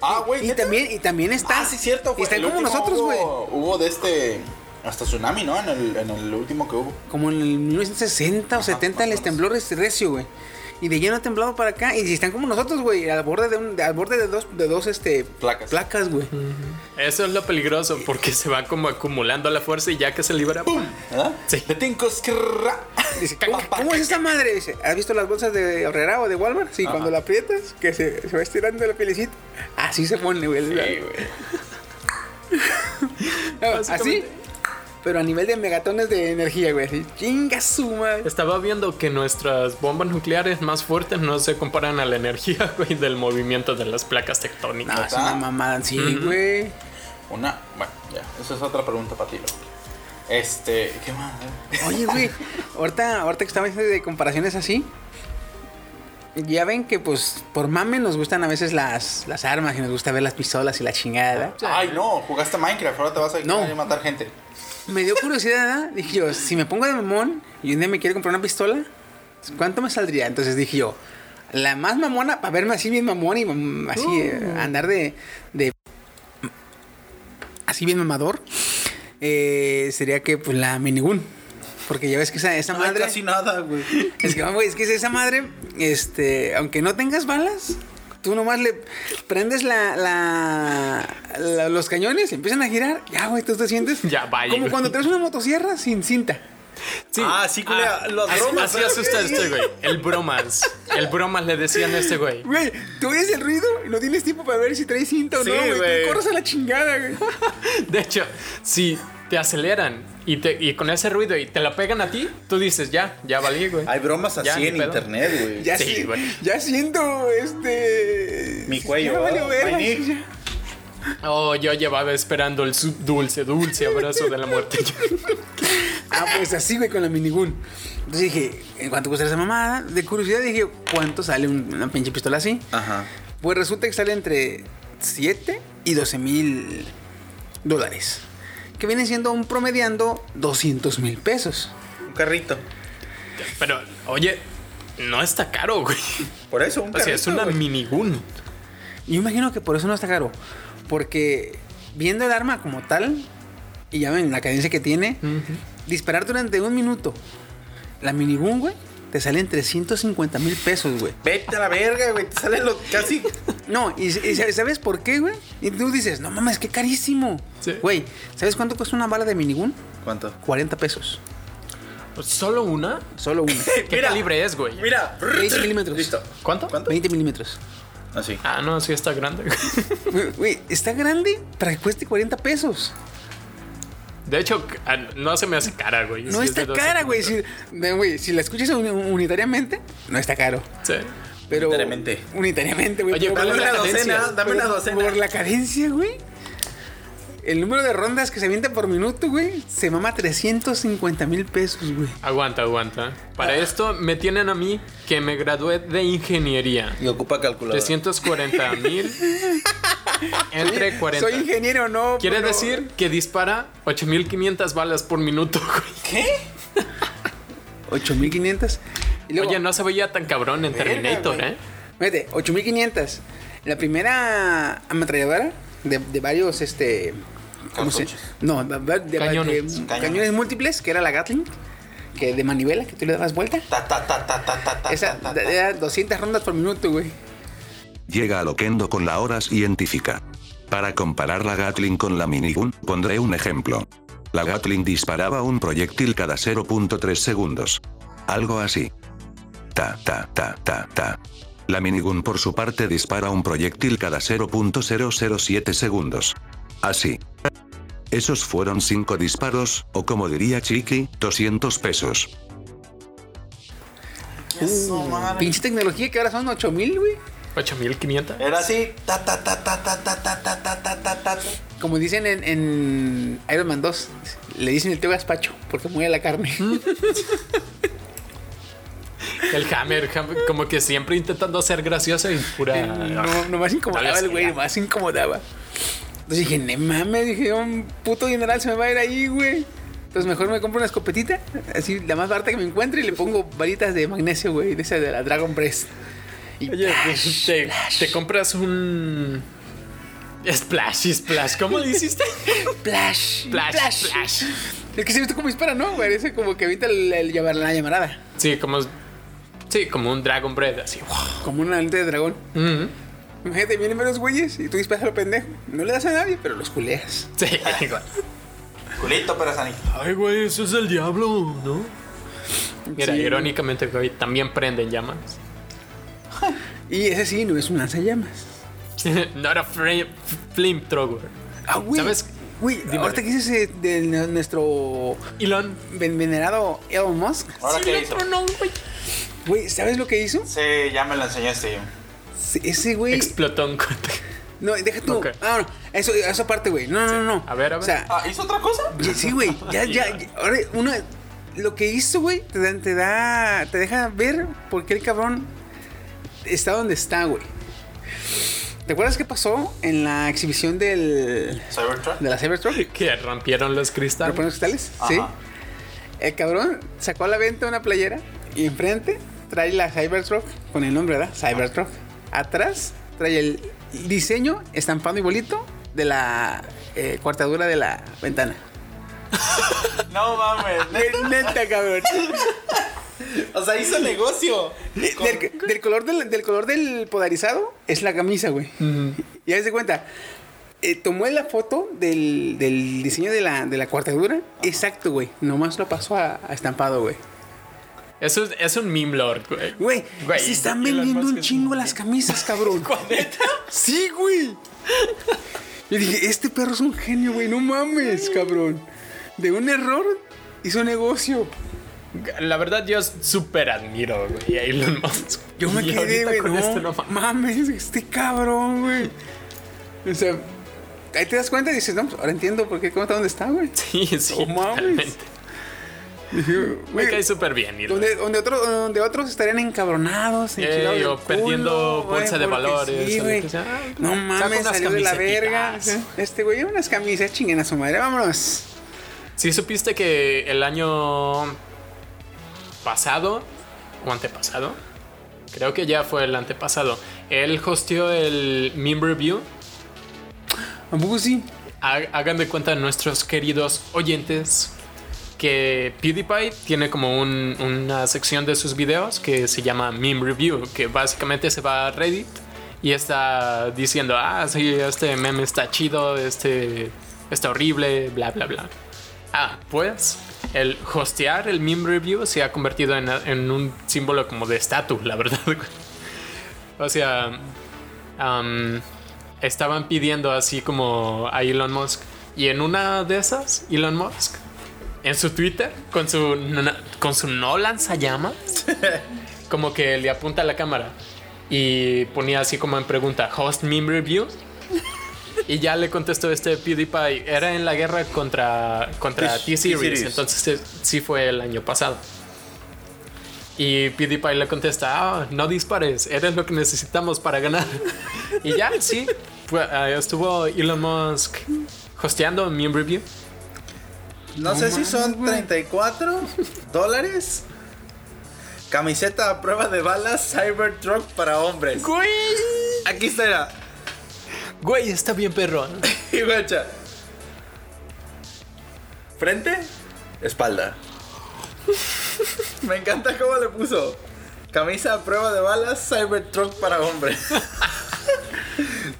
S2: Ah, güey.
S3: Y también y también está
S2: Ah, sí, cierto.
S3: Y están
S2: el
S3: como
S2: último
S3: nosotros, güey.
S2: hubo- Hubo de este. Hasta tsunami, ¿no? En el, en el último que hubo.
S3: Como en el 1960 o 70 les tembló res- recio, güey. Y de lleno ha temblado para acá. Y si están como nosotros, güey, al borde de, un- de- al borde de dos, de dos este,
S2: Placas.
S3: placas, güey.
S1: Eso es lo peligroso, porque se va como acumulando la fuerza y ya que se libera, ¡pum!
S2: ¿Verdad?
S1: Sí.
S2: Petincos, crrra.
S3: Dice, ¿cómo, cómo es esa madre? Dice, ¿has visto las bolsas de Herrera o de Walmart? Sí, cuando la aprietas, que se, se va estirando la pielecita. Así se pone, güey. así,
S1: Básicamente.
S3: pero a nivel de megatones de energía, güey. Así, chinga su madre.
S1: Estaba viendo que nuestras bombas nucleares más fuertes no se comparan a la energía, güey, del movimiento de las placas tectónicas.
S3: No, Ah, es una mamada, sí, güey.
S2: Una. Bueno, ya. Esa es otra pregunta para ti, loco. Este. ¿Qué más?
S3: Oye, güey, ahorita, ahorita que estamos haciendo de comparaciones así, ya ven que, pues, por mame nos gustan a veces las, las armas y nos gusta ver las pistolas y la chingada. ¿verdad?
S2: Ay, no. Jugaste Minecraft. Ahora te vas a ir
S3: No.
S2: a matar gente.
S3: Me dio curiosidad, ¿verdad? dije yo, si me pongo de mamón y un día me quiero comprar una pistola, ¿cuánto me saldría? Entonces dije yo, la más mamona, para verme así bien mamón y mam- así, eh, andar de, de- Así bien mamador, eh, sería que, pues, la minigun. Porque ya ves que esa, esa
S2: No
S3: madre...
S2: casi nada, güey.
S3: Es que, güey, es que esa madre, este, aunque no tengas balas, tú nomás le prendes la, la, la- los cañones, empiezan a girar, ya, güey, tú te sientes
S1: Ya, vaya,
S3: como
S1: güey.
S3: cuando traes una motosierra sin cinta.
S2: Ah, sí, culea, los
S1: así,
S2: bromas,
S1: Así
S2: ¿sabes?
S1: asusta a este güey. El bromas. El bromas le decían a este güey.
S3: Güey, tú oyes el ruido y no tienes tiempo para ver si traes cinta o
S2: Sí,
S3: no, güey.
S2: güey.
S3: Tú corres a la chingada, güey.
S1: De hecho, si te aceleran y, te, y con ese ruido y te la pegan a ti, tú dices, ya, ya valí, güey.
S2: Hay bromas
S1: Ya,
S2: así
S1: ni
S2: en
S1: pedo.
S2: internet, güey.
S3: Ya,
S1: Sí,
S3: sí,
S1: güey.
S3: ya siento este.
S2: Mi cuello,
S3: Ya valió
S2: ¿verdad?
S3: verga,
S2: My
S3: sí, ya.
S1: Oh, yo llevaba esperando el su- dulce, dulce abrazo de la muerte.
S3: Ah, pues así, güey, con la minigun. Entonces dije, ¿en cuánto cuesta esa mamada? De curiosidad dije, ¿cuánto sale un- una pinche pistola así?
S2: Ajá.
S3: Pues resulta que sale entre 7 y 12 mil dólares. Que vienen siendo un promediando 200 mil pesos.
S2: Un carrito.
S1: Pero, oye, no está caro, güey.
S2: Por eso, un
S1: O
S2: carrito.
S1: sea, Pues es una
S2: güey.
S1: minigun.
S3: Y yo imagino que por eso no está caro. Porque viendo el arma como tal, y ya ven la cadencia que tiene, disparar durante un minuto la minigun, güey, te sale en 350 mil pesos, güey.
S2: Vete a la verga, güey. Te salen los casi.
S3: No, y, y sa- ¿sabes por qué, güey? Y tú dices, no mames, qué carísimo.
S1: Sí.
S3: Güey, ¿sabes cuánto cuesta una bala de minigun?
S2: ¿Cuánto?
S3: 40 pesos.
S1: ¿Solo una?
S3: Solo una.
S1: ¿Qué
S2: Mira.
S1: calibre es, güey?
S2: Mira,
S3: 20 milímetros.
S2: Listo.
S1: ¿Cuánto?
S2: ¿Cuánto?
S3: 20 milímetros.
S2: Así.
S1: Ah, no, sí está grande.
S3: Güey, Güey, está grande para que cueste 40 pesos.
S1: De hecho, ah, no se me hace cara, güey.
S3: No
S1: Sí es
S3: está
S1: de 12
S3: cara, güey. Si, no, güey, si la escuchas uni- unitariamente, no está caro.
S1: Sí.
S3: Pero,
S2: Unitariamente.
S3: Unitariamente, güey.
S1: Oye,
S3: pero
S1: dame
S3: por la
S1: una
S3: cadencia.
S2: docena, dame
S3: Por-
S2: una docena.
S3: Por la cadencia, güey. El número de rondas que se avienta por minuto, güey, se mama 350 mil pesos, güey.
S1: Aguanta, aguanta. Para esto me tienen a mí que me gradué de ingeniería.
S2: Y ocupa calculadora.
S1: 340 mil entre 40.
S3: Soy ingeniero, no.
S1: Quiere
S3: pero-
S1: decir que dispara 8500 balas por minuto, güey.
S2: ¿Qué?
S3: 8500. Y luego-
S1: Oye, no se veía tan cabrón en Terminator,
S2: güey.
S1: ¿eh?
S3: Fíjate, 8500. La primera ametralladora de, de varios, este. ¿Cómo se
S2: Cartuchos.
S3: No, de, de- de-
S1: Cañones.
S3: de- cañones múltiples, que era la Gatling. que de manivela, que tú le dabas vuelta.
S2: Ta, ta, ta, ta, ta, ta, ta,
S3: Esa
S2: ta, ta.
S3: era 200 rondas por minuto, güey.
S4: Llega a Loquendo con la hora científica. Para comparar la Gatling con la minigun, pondré un ejemplo. La Gatling disparaba un proyectil cada 0.3 segundos. Algo así. Ta, ta, ta, ta, ta. La minigun por su parte dispara un proyectil cada 0.007 segundos. Así. Esos fueron 5 disparos, o como diría Chiqui, 200 pesos.
S2: Eso, madre.
S3: Uh, Pinche tecnología que ahora son 8000, güey.
S1: 8500.
S2: Era así. Ta, ta, ta, ta, ta, ta, ta, ta, ta, ta, ta, ta.
S3: Como dicen en, en Iron Man 2, le dicen el tío Gaspacho porque mueve la carne.
S1: Mm. El hammer, Hammer, como que siempre intentando ser gracioso y pura.
S3: no, nomás
S1: No
S3: incomodaba
S1: les
S3: el güey,
S1: queda.
S3: nomás incomodaba. Entonces dije, no mames, dije, un puto general se me va a ir ahí, güey. Entonces mejor me compro una escopetita, así la más barata que me encuentre, y le pongo varitas de magnesio, güey, de esa de la Dragon Press. Y
S1: Oye,
S3: ¡plash!
S1: te, te compras un. Splash, splash. ¿Cómo le hiciste?
S3: Plash,
S1: Splash,
S3: plash.
S1: splash.
S3: Es que se visto como dispara, ¿no? Parece como que evita el- el llamar- la llamarada.
S1: Sí, como. Sí, como un Dragon Breath, así. wow.
S3: Como una aleta de dragón.
S1: Mhm.
S3: Imagínate, vienen varios güeyes y tú disparas a lo pendejo. No le das a nadie, pero los culeas.
S1: Sí, igual.
S2: Culito, pero sanito.
S1: Ay, güey, eso es el diablo, ¿no? Mira,
S3: Sí.
S1: irónicamente, güey, también prenden llamas.
S3: Y ese sí, no es un lanzallamas.
S1: Not a flame, flamethrower.
S3: Ah, güey.
S1: ¿Sabes?
S3: Güey,
S1: Dime.
S3: ahorita que dices eh, de n- nuestro
S1: Elon.
S3: ven- venerado Elon Musk,
S2: ¿Ahora
S1: Sí,
S2: qué
S1: lo
S2: hizo?
S1: tronó, güey.
S3: güey, ¿sabes lo que hizo?
S2: Sí, ya me lo enseñaste.
S3: Se- Ese güey.
S1: Explotó un cohete.
S3: No, deja tú.
S1: Ok.
S3: Ah, no, eso, eso aparte, güey. No, no, no, no.
S1: A ver, a ver.
S3: O sea,
S2: Ah, ¿hizo otra cosa?
S3: ya- sí, güey. Ya, ya, ya. Ahora, una. Lo que hizo, güey, te, da- te da. Te deja ver por qué el cabrón está donde está, güey. ¿Te acuerdas qué pasó en la exhibición del.
S2: Cybertruck.
S3: de la Cybertruck?
S1: Que rompieron los
S3: ¿Lo ponen
S1: cristales.
S3: los cristales?
S2: Ajá.
S3: Sí. El cabrón sacó a la venta una playera y enfrente trae la Cybertruck con el nombre, ¿verdad? Cybertruck. Atrás trae el diseño estampado y bolito de la eh, cuartadura de la ventana.
S2: No mames. neta.
S3: Neta, cabrón.
S2: O sea, hizo negocio. Con-
S3: Del, del color del, del color del polarizado es la camisa, güey. Y haz de cuenta, eh, tomó la foto del, del diseño de la, de la cuartadura. Exacto, güey. Nomás lo pasó a- a estampado, güey.
S1: Eso es, es un meme lord, güey.
S3: Güey,
S1: Güey,
S3: se están
S1: Elon
S3: vendiendo
S1: Musk
S3: un
S1: es
S3: chingo las camisas, cabrón. Sí, güey. Yo dije, este perro es un genio, güey, no mames, cabrón. De un error hizo negocio.
S1: La verdad, yo súper admiro, güey, a Elon Musk.
S3: Yo me
S1: Y
S3: quedé,
S1: ahorita
S3: güey,
S1: con
S3: no,
S1: esto no mames.
S3: mames, este cabrón, güey. O sea, ahí te das cuenta y dices, no, pues, ahora entiendo por qué, cómo está, dónde está, güey.
S1: Sí, sí,
S3: No mames.
S1: totalmente. Me
S3: Güey, este
S1: cae súper bien, Elon.
S3: Donde, donde, otro- donde otros estarían encabronados,
S1: Ey,
S3: enchilados del
S1: o perdiendo
S3: culo, güey,
S1: bolsa de
S3: porque
S1: valores,
S3: sí,
S1: o
S3: güey.
S1: lo que sea. Ah,
S3: no
S1: saca
S3: mames,
S1: unas
S3: salió de la verga.
S1: camisetitas.
S3: Este güey, lleva unas camisas, chinguen a su madre, vámonos.
S1: Sí, supiste que el año pasado o antepasado, creo que ya fue el antepasado, él hosteó el meme review.
S3: ¿A poco sí?
S1: Ha- Hagan de cuenta nuestros queridos oyentes que PewDiePie tiene como un- una sección de sus videos que se llama meme review, que básicamente se va a Reddit y está diciendo, ah, sí, este meme está chido, este está horrible, bla, bla, bla. Ah, pues el hostear el meme review se ha convertido en, en un símbolo como de estatus, la verdad. o sea, am, estaban pidiendo así como a Elon Musk. Y en una de esas, Elon Musk, en su Twitter, con su, n- con su no lanzallamas, como que le apunta a la cámara y ponía así como en pregunta, host meme review. Y ya le contestó este PewDiePie, era en la guerra contra, contra
S2: T-
S1: T-Series,
S2: T-Series.
S1: entonces eh, sí fue el año pasado. Y PewDiePie le contesta, "Ah, no dispares, eres lo que necesitamos para ganar. y ya, sí, fue- eh, estuvo Elon Musk hosteando mi review.
S2: No, sé si son 34 dólares. Camiseta a prueba de balas Cybertruck para hombres.
S1: Güey,
S2: Aquí está.
S1: güey, está bien perro.
S2: Y guacha. Frente, espalda. Me encanta cómo le puso. Camisa a prueba de balas, Cybertruck para hombre.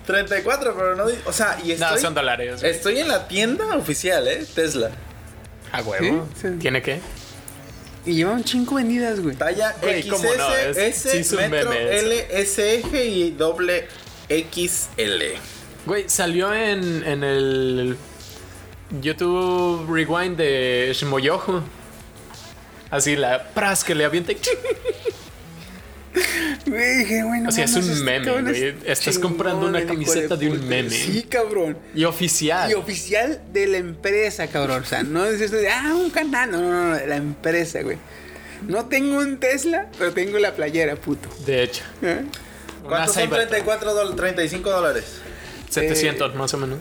S2: 34, pero no. di- O sea, y
S1: No,
S2: estoy.
S1: son dólares. güey.
S2: Estoy en la tienda oficial, ¿eh? Tesla. Ah,
S1: A huevo.
S3: Sí, sí.
S1: ¿Tiene qué?
S3: Y llevaban cinco vendidas, güey.
S2: Talla
S1: Güey,
S2: XS,
S1: cómo no, es-
S2: S,
S1: sí es un
S2: metro,
S1: meme eso.
S2: L, SG y doble XL.
S1: Güey, salió en, en el YouTube Rewind de Shimoyojo. Así la pras que le avienta. y ¡chic!
S3: Güey, dije, güey, no
S1: O sea, es
S3: mames,
S1: un
S3: este
S1: meme,
S3: cabrón
S1: güey.
S3: es
S1: Estás
S3: chingón,
S1: comprando una
S3: el hijo
S1: camiseta de un
S3: puta.
S1: meme.
S3: Sí, cabrón.
S1: Y oficial.
S3: Y oficial de la empresa, cabrón. O sea, no es esto de, ah, un canal. No, no, no, no, la empresa, güey. No tengo un Tesla, pero tengo la playera, puto.
S1: De hecho.
S3: ¿Eh?
S1: Una
S2: ¿Cuántos son
S1: Cybertruck.
S2: 34 dólares? 35 dólares.
S1: 700 más o menos.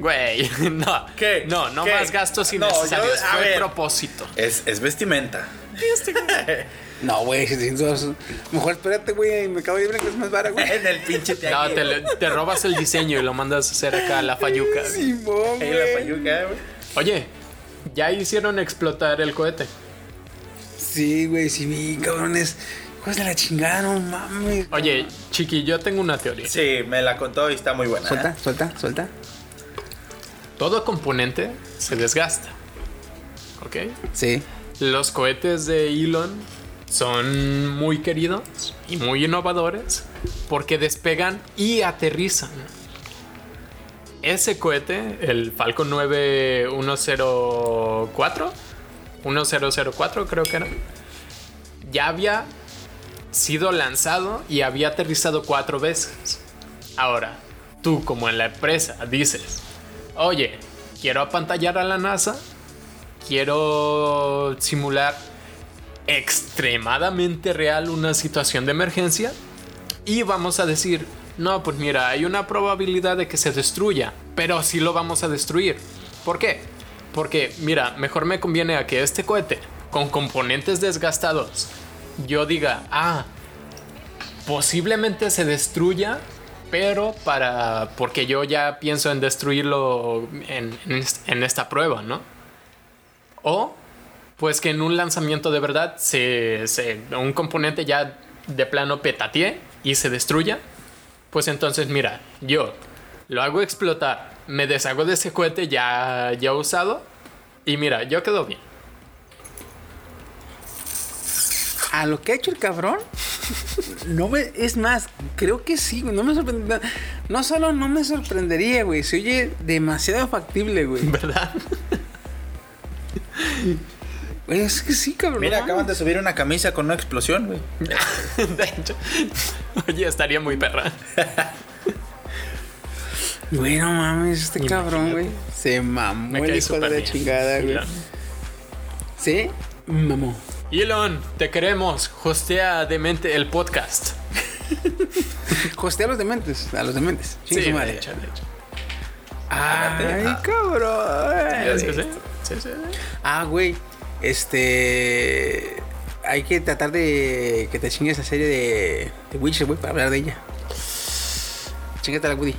S1: Güey, no.
S2: ¿Qué?
S1: No, no
S2: ¿Qué?
S1: más gastos
S2: No, yo-
S1: innecesarios.
S2: a
S1: Fue
S2: ver.
S1: propósito.
S2: Es, es vestimenta.
S3: No, güey, 700. Mejor espérate, güey, me acabo de libre que es más vara, güey.
S2: en el pinche
S1: No, te,
S2: tianguis.
S1: le- te robas el diseño y lo mandas a hacer acá a la Fayuca.
S3: Simón,
S2: Ahí la
S3: güey.
S2: payuca, güey.
S1: Oye, ya hicieron explotar el cohete.
S3: Sí, güey, sí, vi, cabrones. Hijos de la chingada, no mames.
S1: Oye, Chiqui, yo tengo una teoría.
S2: Sí, me la contó y está muy buena.
S3: Suelta,
S2: ¿eh?
S3: suelta, suelta.
S1: Todo componente se desgasta. ¿Ok?
S3: Sí.
S1: Los cohetes de Elon son muy queridos y muy innovadores porque despegan y aterrizan. Ese cohete, el Falcon 9 104, 1004 creo que era, ya había sido lanzado y había aterrizado cuatro veces. Ahora, tú como en la empresa dices, oye, quiero apantallar a la NASA, quiero simular extremadamente real una situación de emergencia y vamos a decir, no, pues mira, hay una probabilidad de que se destruya, pero sí lo vamos a destruir. ¿Por qué? Porque, mira, mejor me conviene a que este cohete, con componentes desgastados, yo diga, ah, posiblemente se destruya, pero para, porque yo ya pienso en destruirlo en, en es- en esta prueba, ¿no? O pues que en un lanzamiento de verdad se, se- un componente ya de plano petatee y se destruya. Pues entonces mira, yo lo hago explotar, me deshago de ese cohete ya, ya usado y mira, yo quedo bien.
S3: A lo que ha hecho el cabrón, no me. Es más, creo que sí, güey. No me sorprendería. No solo no me sorprendería, güey. Se oye demasiado factible, güey.
S1: ¿Verdad?
S3: Güey, Es que sí, cabrón.
S2: Mira,
S3: no
S2: acaban de
S3: mames.
S2: subir una camisa con una explosión, güey.
S1: De hecho, oye, estaría muy perra.
S3: Güey, no mames, este cabrón, güey. Se mamó
S1: Me
S3: el
S1: cae
S3: hijo de
S1: súper
S3: la
S1: bien.
S3: chingada, güey.
S1: Elon.
S3: ¿Sí? Mamó.
S1: Elon, te queremos. Hostea demente el podcast.
S3: Costea a los dementes. A los dementes. Chingue su madre.
S1: de hecho, de hecho.
S3: Ay,
S1: Sí,
S3: cabrón.
S1: sí, sí, sí, sí.
S3: Ah, güey. Este. Hay que tratar de que te chingues la serie de, de Witcher, güey, para hablar de ella. Chingate la Woody.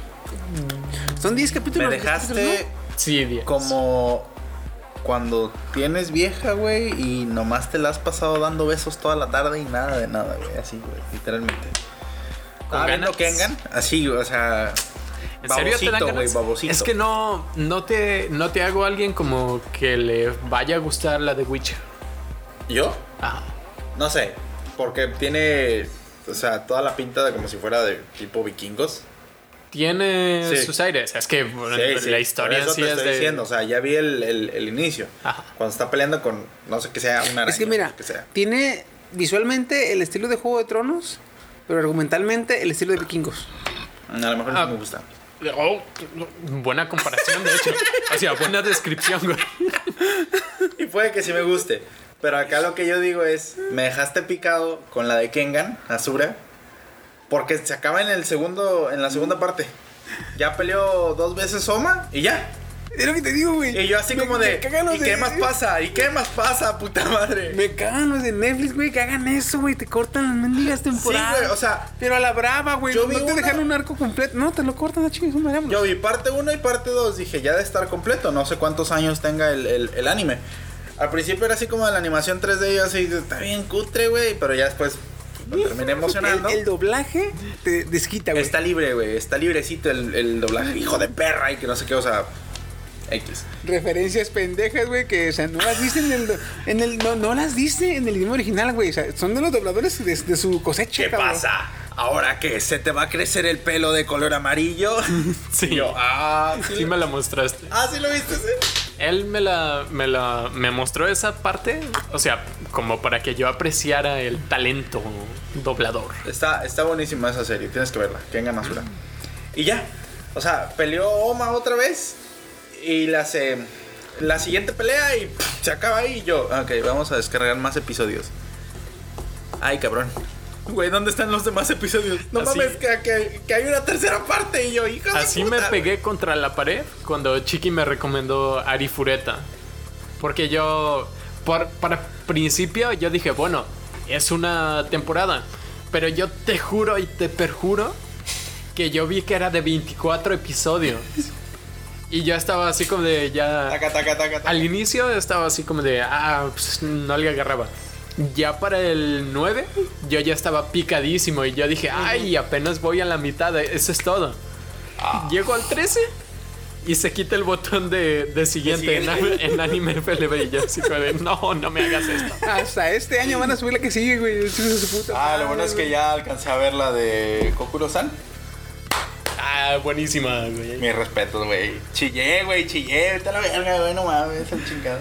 S3: Son 10
S2: Me
S3: capítulos.
S2: dejaste
S1: Sí, Dios.
S2: como cuando tienes vieja, güey, y nomás te la has pasado dando besos toda la tarde y nada de nada, güey. Así, güey, literalmente. Estaba viendo
S1: ganas?
S2: Kengan, así, o sea.
S1: ¿En serio te dan
S2: babosito, güey,
S1: ganas?
S2: babosito.
S1: Es que no, no te, no te hago a alguien como que le vaya a gustar la de Witcher.
S2: ¿Yo?
S1: Ajá.
S2: No sé, porque tiene, o sea, toda la pinta de como si fuera de tipo vikingos.
S1: Tiene
S2: Sí.
S1: sus aires. Es que bueno,
S2: Sí,
S1: la
S2: sí,
S1: historia en
S2: por eso
S1: sí
S2: te
S1: es
S2: estoy
S1: de.
S2: diciendo, o sea, ya vi el, el- el inicio.
S1: Ajá.
S2: Cuando está peleando con, no sé qué sea, una araña.
S3: Es que mira,
S2: que sea.
S3: tiene visualmente el estilo de Juego de Tronos, pero argumentalmente el estilo de Vikingos.
S2: A lo mejor
S1: Ah.
S2: no me gusta.
S1: Oh, buena comparación, de hecho. O sea, buena descripción, güey.
S2: Y puede que sí me guste. Pero acá lo que yo digo es, me dejaste picado con la de Kengan, Azura, porque se acaba en el segundo, en la segunda parte. Ya peleó dos veces Soma y ya.
S3: Es lo que te digo, güey.
S2: Y yo así
S3: Me-
S2: como de,
S3: me cagan los
S2: ¿y qué más pasa? ¿Y qué más pasa, puta madre?
S3: Me cagan los de Netflix, güey, que hagan eso, güey. Te cortan las mendigas temporadas.
S2: güey, o sea,
S3: Pero a la brava, güey.
S2: yo
S3: No
S2: vi
S3: te
S2: una-
S3: dejan un arco completo. No, te lo cortan a chingas, madre. vámonos.
S2: Yo vi parte 1 y parte 2, dije, ya de estar completo, no sé cuántos años tenga el, el- el anime. Al principio era así como la animación 3D, y así, está bien cutre, güey, pero ya después me terminé emocionando.
S3: El, el doblaje te desquita, güey.
S2: Está libre, güey, está librecito el, el doblaje, hijo de perra, y que no sé qué, o sea, X.
S3: Referencias pendejas, güey, que, o sea, no las diste en el. do- En el no, no las diste en el idioma original, güey. O sea, son de los dobladores de, de su cosecha,
S2: ¿Qué
S3: cabrón.
S2: pasa? ¿Ahora que ¿Se te va a crecer el pelo de color amarillo?
S1: Sí.
S2: Y yo, ah,
S1: Sí me la mostraste.
S2: Ah, sí lo viste, sí.
S1: Él me la, me la me mostró esa parte, o sea, como para que yo apreciara el talento doblador.
S2: Está, está buenísima esa serie, tienes que verla, que venga más dura. Y ya, o sea, peleó Oma otra vez y las, eh, la siguiente pelea y pff, se acaba ahí y yo, ok, vamos a descargar más episodios. Ay, cabrón. Güey, ¿dónde están los demás episodios? No
S1: Así-
S2: mames, que, que- que hay una tercera parte y yo, hijo de
S1: Así me
S2: puta".
S1: pegué contra la pared cuando Chiqui me recomendó Ari Fureta. Porque yo, por- para principio, yo dije, bueno, es una temporada. Pero yo te juro y te perjuro que yo vi que era de 24 episodios. Y yo estaba así como de ya...
S2: Taca, taca, taca, taca.
S1: Al inicio estaba así como de, ah, pues, no le agarraba. Ya para el 9, yo ya estaba picadísimo y yo dije, ay, apenas voy a la mitad, e-". eso es todo. Llego al 13 y se quita el botón de, de siguiente en, en Anime FLB y yo así como de, no, no me hagas esto.
S3: Hasta este año van a subir la que sigue, güey. Eso es su puta
S2: Ah, lo
S3: madre,
S2: bueno es que
S3: güey.
S2: ya alcancé a ver la de Kokuro-san.
S1: Ah, buenísima, güey.
S2: Mis respetos, güey. Chillé, güey, chillé. Vete a la verga, güey, no mames, el chingado.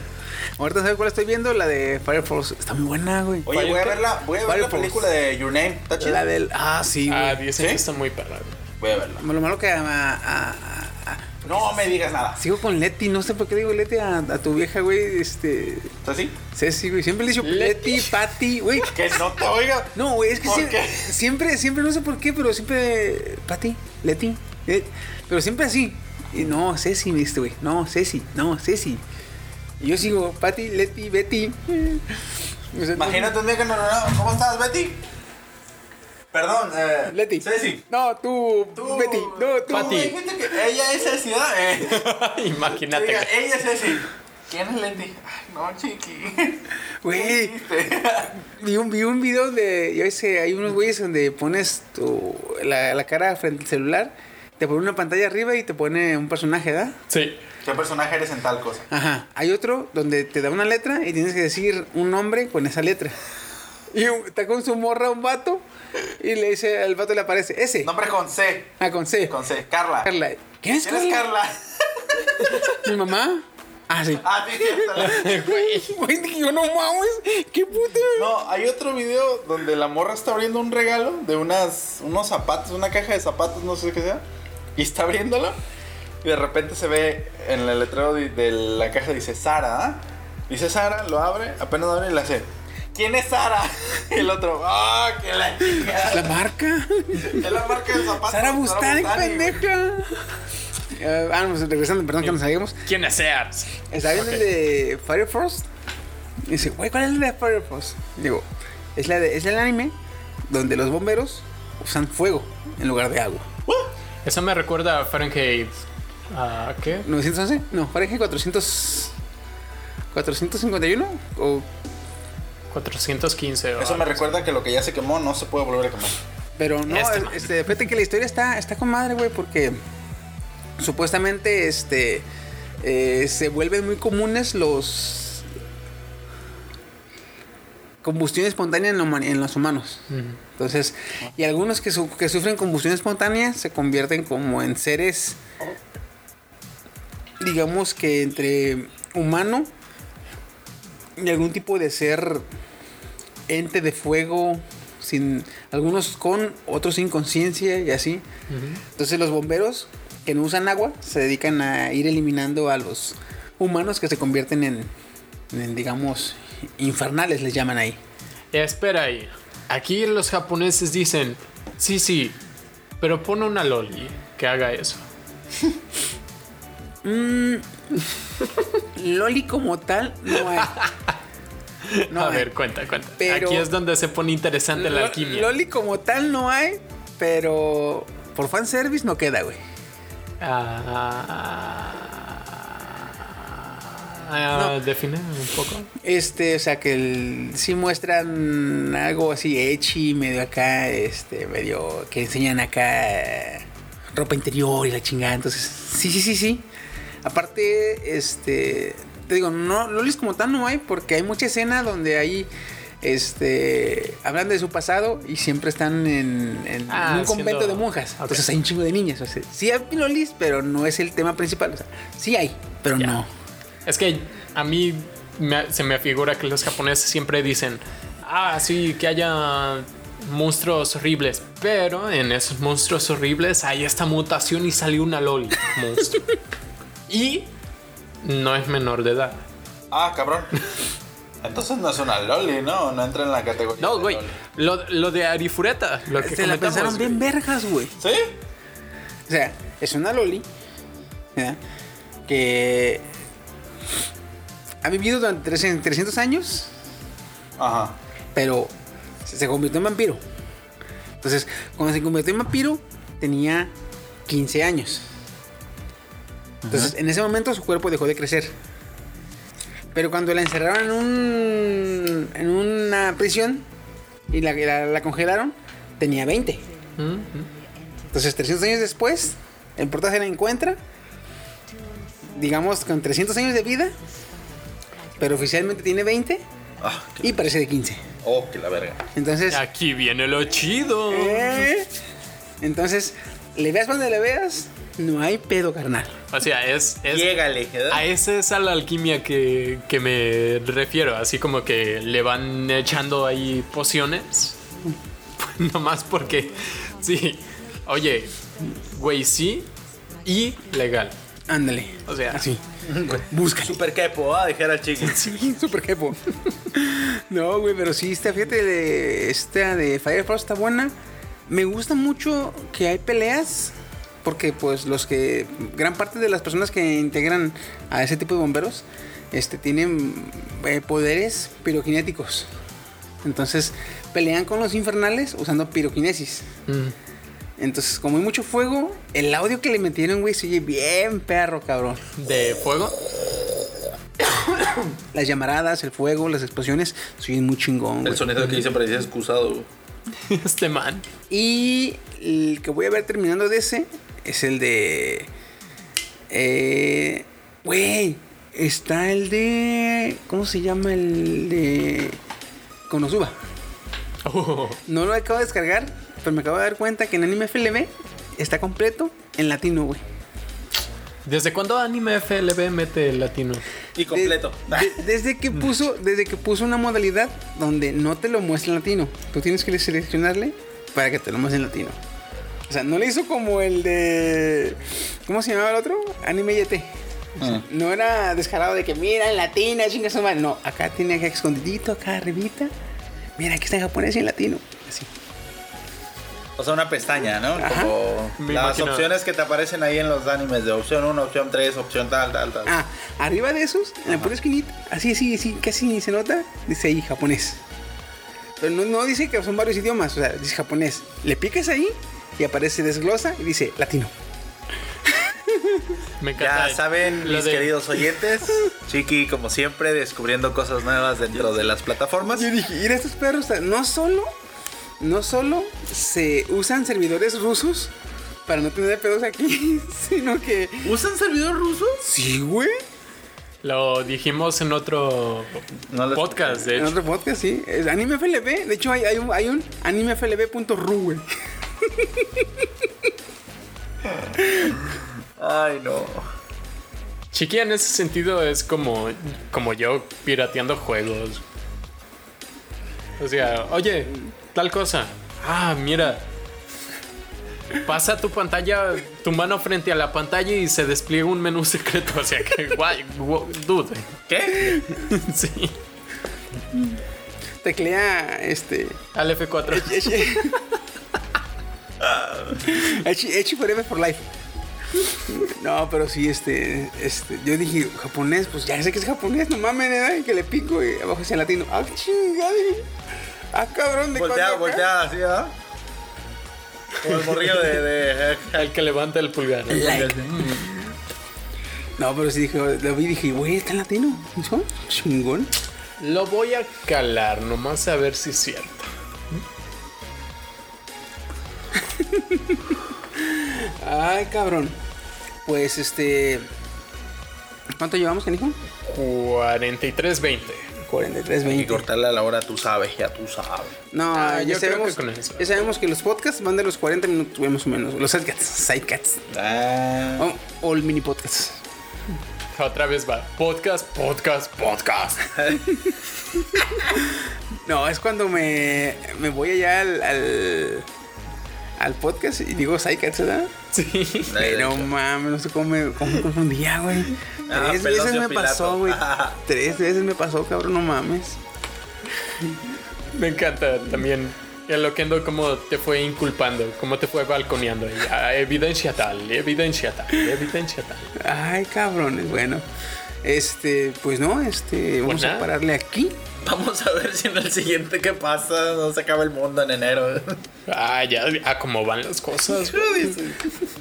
S3: Ahorita sabes cuál estoy viendo, la de Fire Force. Está muy buena, güey.
S2: Oye, voy a ver la, voy a ver la
S3: Firefox.
S2: película de Your Name. Está chida.
S3: La del. Ah, sí, güey.
S1: Ah, dicen
S2: ¿Sí?
S1: que está muy parado.
S2: Voy a verla.
S3: Lo malo que ah, a, a- a- a-
S2: No me digas nada.
S3: ah, sigo con Leti, no sé por qué digo Leti a, a tu vieja, güey, este,
S2: ¿Está así?
S3: Ceci, güey, siempre le he dicho
S1: Leti.
S3: Leti, Pati, güey.
S2: Que no te oiga.
S3: No, güey, es que
S2: ¿Por
S3: sie-
S2: qué?
S3: siempre, siempre, no sé por qué, pero siempre Pati, Leti, eh, pero siempre así. Y no, Ceci, me dijiste, güey, no, Ceci, no, Ceci. Y yo sigo Pati, Leti, Betty. O sea, no-
S2: Imagínate un día que no, no, no. ¿Cómo estás, Betty? Perdón, eh.
S3: Leti.
S2: Ceci.
S3: No, tú,
S2: Tú.
S3: Betty. No, tú.
S2: Pati.
S1: Pati.
S2: Dijiste que ella es Ceci, ¿verdad? Eh. Que
S1: Imagínate.
S2: diga, ella es Ceci. ¿Quién es Leti? Ay, no, chiqui.
S3: Güey. Vi un, vi un video de. Yo sé, hay unos güeyes donde pones tu, la, la cara frente al celular, te pone una pantalla arriba y te pone un personaje, ¿da?
S1: Sí.
S2: ¿Qué personaje eres en tal cosa?
S3: Ajá. Hay otro donde te da una letra y tienes que decir un nombre con esa letra. Y un- está con su morra un vato y le dice, al vato le aparece, ese.
S2: Nombre con C.
S3: Ah, con C.
S2: Con C. Carla.
S3: Carla. ¿Quién es
S2: ¿Quién es
S3: Carla?
S2: Carla?
S3: ¿Mi mamá? Ah, sí.
S2: Ah, sí, cierto.
S3: Güey, güey, dije yo no mames. Qué puto.
S2: No, hay otro video donde la morra está abriendo un regalo de unas, unos zapatos, una caja de zapatos, no sé qué sea. Y está abriéndolo. Y de repente se ve en el letrero de, de la caja dice Sara, ¿ah? Dice Sara, lo abre, apenas lo abre y le hace. ¿Quién es Sara? Y el otro, ¡ah, que la chingada!
S3: La marca.
S2: Es la marca de zapatos.
S3: Sara Bustani,
S2: Ah, Bustani,
S3: pendeja. Eh, ah, no, regresando, perdón que nos salíamos.
S1: ¿Quién es Sears?
S3: Estaba viendo el de Fire Force. Y dice, güey, ¿cuál es la de Fire Force? Digo, es, la de, es el anime donde los bomberos usan fuego en lugar de agua.
S1: Eso me recuerda a Fahrenheit. ¿A qué?
S3: ¿911? No, Fahrenheit 400. 451 o
S1: 415. o
S2: güey. Eso me recuerda que lo que ya se quemó no se puede volver a quemar.
S3: Pero no,
S1: Este
S3: es-
S1: man.
S3: este, fíjate que la historia está, está con madre, güey, porque supuestamente este eh, se vuelven muy comunes los combustión espontánea en, la huma- en los humanos. Entonces, y algunos que, su- que sufren combustión espontánea se convierten como en seres, digamos que entre humano y algún tipo de ser ente de fuego, sin algunos con, otros sin conciencia y así. Entonces los bomberos que no usan agua se dedican a ir eliminando a los humanos que se convierten en, en, digamos, infernales, les llaman ahí.
S1: Espera ahí. Aquí los japoneses dicen, sí, sí, pero pone una loli que haga eso.
S3: Loli como tal no hay. No
S1: a
S3: hay.
S1: ver, cuenta, cuenta.
S3: Pero-
S1: Aquí es donde se pone interesante la
S3: Lo-
S1: alquimia.
S3: Loli como tal no hay, pero por fanservice no queda, güey.
S1: Ah, a definir un poco?
S3: Este, o sea, que el- sí muestran algo así echi, medio acá, este, medio que enseñan acá eh, ropa interior y la chingada. Entonces, sí, sí, sí, sí. Aparte, este, te digo, no, lolis como tal no hay, porque hay mucha escena donde hay, este, hablan de su pasado y siempre están en, en
S1: Ah,
S3: un convento
S1: siendo-
S3: de monjas.
S1: ok.
S3: Entonces hay un chingo de niñas. O sea, sí hay lolis, pero no es el tema principal. O sea, sí hay, pero
S1: Ya.
S3: no.
S1: Es que a mí me- se me figura que los japoneses siempre dicen, ah, sí, que haya monstruos horribles, pero en esos monstruos horribles hay esta mutación y salió una loli monstruo. y no es menor de edad.
S2: Ah, cabrón. Entonces no es una loli, ¿no? No entra en la categoría.
S1: No,
S2: de
S1: güey,
S2: loli.
S1: lo, lo de Arifureta, lo que
S3: Se la
S1: comentamos,
S3: pensaron bien vergas, güey.
S2: ¿Sí?
S3: O sea, es una Loli ¿verdad? que ha vivido durante 300 300 años,
S2: Ajá.
S3: pero se se convirtió en vampiro. Entonces, cuando se convirtió en vampiro, tenía 15 años. Entonces, en ese momento su cuerpo dejó de crecer. Pero cuando la encerraron en, un, en una prisión y la, la- la congelaron, tenía 20.
S1: ¿Mm?
S3: Entonces, 300 años después, el prota se la encuentra, digamos, con 300 años de vida, pero oficialmente tiene 20
S2: Ah,
S3: y parece de 15.
S2: Oh, que la verga.
S3: Entonces,
S1: Aquí viene lo chido.
S3: ¿eh? entonces, le veas cuando le veas, no hay pedo carnal.
S1: O sea, es, es
S2: Llégale. ¿eh?
S1: A esa es a la alquimia que, que me refiero, así como que le van echando ahí pociones. Nomás porque, sí, oye, güey, sí, y legal.
S3: Ándale.
S1: O sea,
S3: así. Búscale.
S2: Super kepo, ah, dijera el chiqui.
S3: Sí, super jepo. No, güey, pero sí, esta, fíjate, de, esta de Fire Force está buena. Me gusta mucho que hay peleas, porque pues los que, gran parte de las personas que integran a ese tipo de bomberos, este, tienen eh, poderes piroquinéticos. Entonces, pelean con los infernales usando piroquinesis.
S1: mm,
S3: Entonces, como hay mucho fuego, el audio que le metieron, güey, se oye bien perro, cabrón
S1: de fuego.
S3: las llamaradas, el fuego, las explosiones, soy muy chingón. güey.
S2: El sonido que hice parecía excusado. güey.
S1: Este man.
S3: Y el que voy a ver terminando de ese es el de. eh, Güey, está el de. ¿Cómo se llama el de. Konosuba?
S1: Oh,
S3: No lo acabo de descargar, pero me acabo de dar cuenta que en Anime FLB está completo en latino, güey.
S1: ¿Desde cuándo Anime FLB mete el latino?
S2: Y completo.
S3: De- desde que puso, desde que puso una modalidad donde no te lo muestra en latino. Tú tienes que seleccionarle para que te lo muestre en latino. O sea, no le hizo como el de. ¿Cómo se llamaba el otro? Anime YT. O
S2: Ah.
S3: sea, No era descarado de que mira en latino, chinga su madre. No, acá tiene acá escondidito, acá arribita. Mira, aquí está en japonés y en latino. Así.
S2: Ah, O sea, una pestaña, ¿no?
S3: Ajá.
S2: Como
S1: Me
S2: las
S1: imagino.
S2: opciones que te aparecen ahí en los animes de opción 1, opción 3, opción tal, tal, tal.
S3: Ah, arriba de esos, en la pura esquinita, así, así, así, casi ni se nota, dice ahí japonés. Pero no, no dice que son varios idiomas, o sea, dice japonés. Le picas ahí y aparece desglosa y dice latino.
S1: Me encanta.
S2: Ya saben,
S1: Lo
S2: mis
S1: de-
S2: queridos oyentes, Chiqui, como siempre, descubriendo cosas nuevas dentro de las plataformas.
S3: Yo dije, mira estos perros, o sea, no solo, no solo se usan servidores rusos para no tener pedos aquí, sino que...
S2: ¿Usan servidor ruso?
S3: Sí, güey.
S1: Lo dijimos en otro
S2: No lo
S1: podcast, de
S3: En
S1: hecho.
S3: otro podcast, sí. Es anime FLB. De hecho, hay, hay un, hay un animeflb.ru, güey.
S2: Ay, no.
S1: Chiqui en ese sentido es como, como yo pirateando juegos. O sea, oye, tal cosa. Ah, mira. Pasa tu pantalla, tu mano frente a la pantalla y se despliega un menú secreto. O sea que, guay, guau, dude.
S2: ¿Qué?
S1: Sí.
S3: Teclea, este...
S1: Al F4.
S3: Echi Echi Forever for Life. No, pero sí, este, este, yo dije, japonés, pues ya sé que es japonés, no mames, ¿eh? que le pico y abajo dice latino. Ah, chingada. dije. Ah, cabrón, de
S2: Voltea,
S3: cuándo acá?
S2: voltea, así, ¿ah? Como el morrillo de. de-
S1: El que levanta el pulgar.
S3: Like. No, pero sí dije, lo vi y dije, güey, está en latino. ¿Eso? Chingón.
S1: Lo voy a calar, nomás a ver si es cierto.
S3: Ay, cabrón. Pues este. ¿Cuánto llevamos, canijo?
S1: 43-20.
S3: 43,
S2: Y
S3: 20.
S2: cortarle a la hora, tú sabes, ya tú sabes.
S3: No,
S1: Ah,
S3: ya,
S1: yo creo
S3: sabemos,
S1: que con eso.
S3: ya sabemos que los podcasts van de los 40 minutos, güey, más o menos. Los sidecats. Sidecats.
S2: Ah.
S3: O, o el mini podcast.
S1: Otra vez va. Podcast, podcast, podcast.
S3: No, es cuando me, me voy allá al, al, al podcast y digo sidecats, ¿verdad?
S1: Sí.
S2: Ay,
S3: Güey, No
S2: de hecho.
S3: mames, no sé cómo me, cómo me confundía, güey.
S2: Ah,
S3: Tres
S2: Peloncio
S3: veces me
S2: Pilato.
S3: pasó, güey. Tres veces me pasó, cabrón, no mames.
S1: Me encanta también. El Loquendo, cómo te fue inculpando, cómo te fue balconeando. Y, ah, evidencia tal, evidencia tal, evidencia tal.
S3: Ay, cabrones, bueno. Este, pues no, este, vamos a
S1: nada.
S3: pararle aquí.
S2: Vamos a ver si en el siguiente que pasa no se acaba el mundo en enero.
S1: Ah, ya, ah, cómo van las cosas.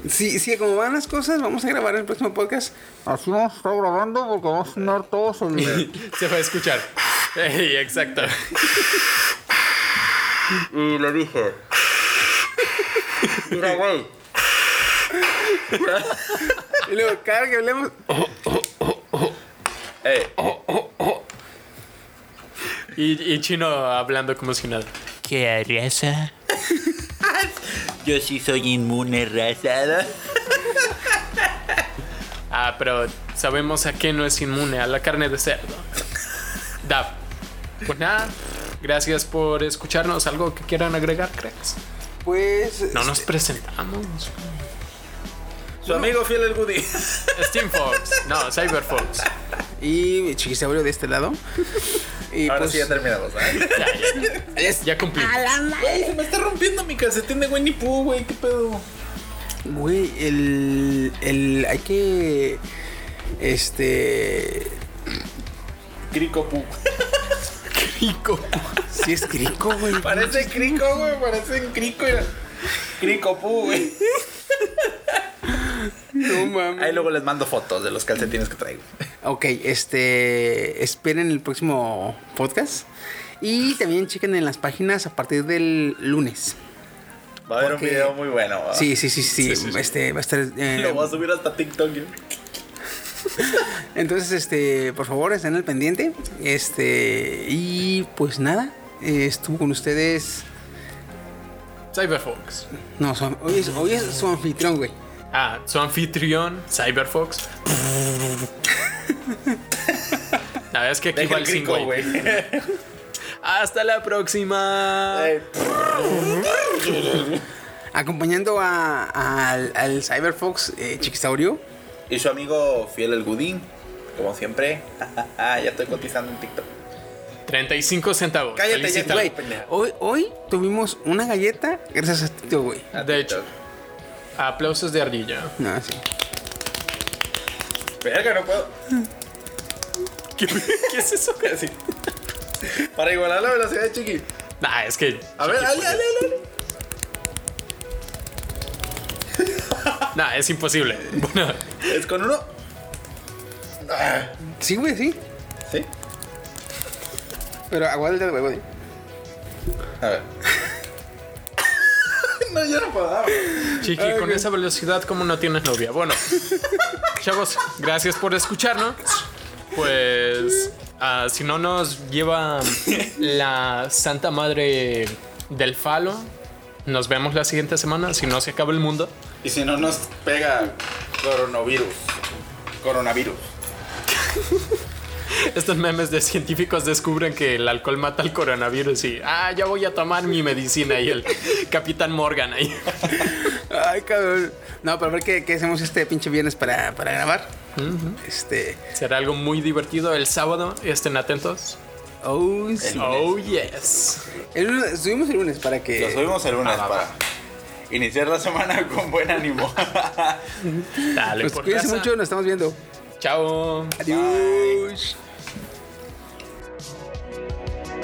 S3: Sí, sí, como van las cosas, vamos a grabar el próximo podcast.
S5: Así vamos a estar grabando porque vamos a sonar todos el...
S1: Se va a escuchar. Ey, exacto.
S2: Y lo dije. Mira, güey.
S3: Y luego, cada vez que hablemos,
S2: Eh,
S1: Y, y Chino hablando como si nada.
S6: ¿Qué raza? Yo sí soy inmune, raza.
S1: Ah, pero sabemos a qué no es inmune, a la carne de cerdo. Dab. Pues nada, gracias por escucharnos. ¿Algo que quieran agregar, cracks?
S3: pues.
S1: No nos presentamos.
S2: su amigo fiel el Woody.
S1: Steam Fox, no, Cyber Fox.
S3: Y Chiquisaurio de este lado. Y
S2: Ahora
S3: pues,
S2: sí ya terminamos. ¿eh?
S1: Ya, ya,
S3: es-
S1: ya cumplí.
S3: Ah,
S2: Güey, se me está rompiendo mi calcetín de Winnie Pooh, güey. ¿Qué pedo?
S3: Güey, el, el. Hay que. Este.
S2: Crico Pooh.
S1: Crico.
S3: Sí, es crico, güey.
S2: Parece crico, güey. Parece un crico. mira. Crico Pooh, güey.
S3: No mames.
S2: Ahí luego les mando fotos de los calcetines que traigo.
S3: Ok, este. Esperen el próximo podcast. Y también chequen en las páginas a partir del lunes.
S2: Va a haber un
S3: Porque-
S2: video muy bueno. ¿va?
S3: Sí, sí, sí, sí. este va a estar. eh,
S2: Lo voy a subir hasta TikTok. yo.
S3: Entonces, este, por favor, estén al pendiente. Este, y pues nada, eh, estuvo con ustedes.
S1: Cyber Fox.
S3: No, su- hoy, es, hoy es su anfitrión, güey.
S1: Ah, su anfitrión, Cyber Fox. La verdad es que aquí
S2: Deja
S1: va
S2: el
S1: el sin
S2: crico,
S1: güey.
S2: güey.
S1: Hasta la próxima.
S2: Eh,
S3: Acompañando a, a- al, al Cyberfox eh, Chiquisaurio.
S2: Y su amigo fiel el Gudín, como siempre. Ah, ya estoy cotizando en TikTok.
S1: 35 centavos.
S2: Cállate, ya,
S1: Felicítalo.
S3: Güey, hoy, hoy tuvimos una galleta gracias a Tito, güey.
S2: A
S1: De
S2: Ah, TikTok.
S1: Aplausos de ardilla.
S3: No, sí.
S2: Verga, no puedo.
S1: ¿Qué, qué es eso? Así.
S2: Para igualar la velocidad de Chiqui.
S1: Nah, es que.
S2: A ver, dale, dale, dale.
S1: Nah, es imposible. Bueno,
S2: Es con uno. Ah,
S3: Sí, güey, sí.
S2: ¿Sí?
S3: Pero aguanta, güey, güey.
S2: A ver. no, yo no puedo.
S1: Chiqui, con esa velocidad, ¿cómo no tienes novia? Bueno, chavos, gracias por escucharnos. Pues, ah, si no nos lleva la Santa Madre del Falo, nos vemos la siguiente semana. Si no se acaba el mundo,
S2: Y si no nos pega coronavirus. Coronavirus.
S1: estos memes de científicos descubren que el alcohol mata el coronavirus y, ah, ya voy a tomar mi medicina. Y el Capitán Morgan ahí.
S3: Ay, cabrón. No, pero a ver qué, qué hacemos este pinche viernes para, para grabar. Este.
S1: Será algo muy divertido el sábado. Estén atentos.
S3: Oh, sí.
S1: Oh, yes.
S3: El lunes- subimos el lunes para que.
S2: Lo subimos el lunes
S1: Ah,
S2: para iniciar la semana con buen ánimo.
S1: Dale,
S3: Pues
S1: por
S3: cuídense
S1: casa.
S3: mucho, nos estamos viendo.
S1: Chao.
S3: Adiós.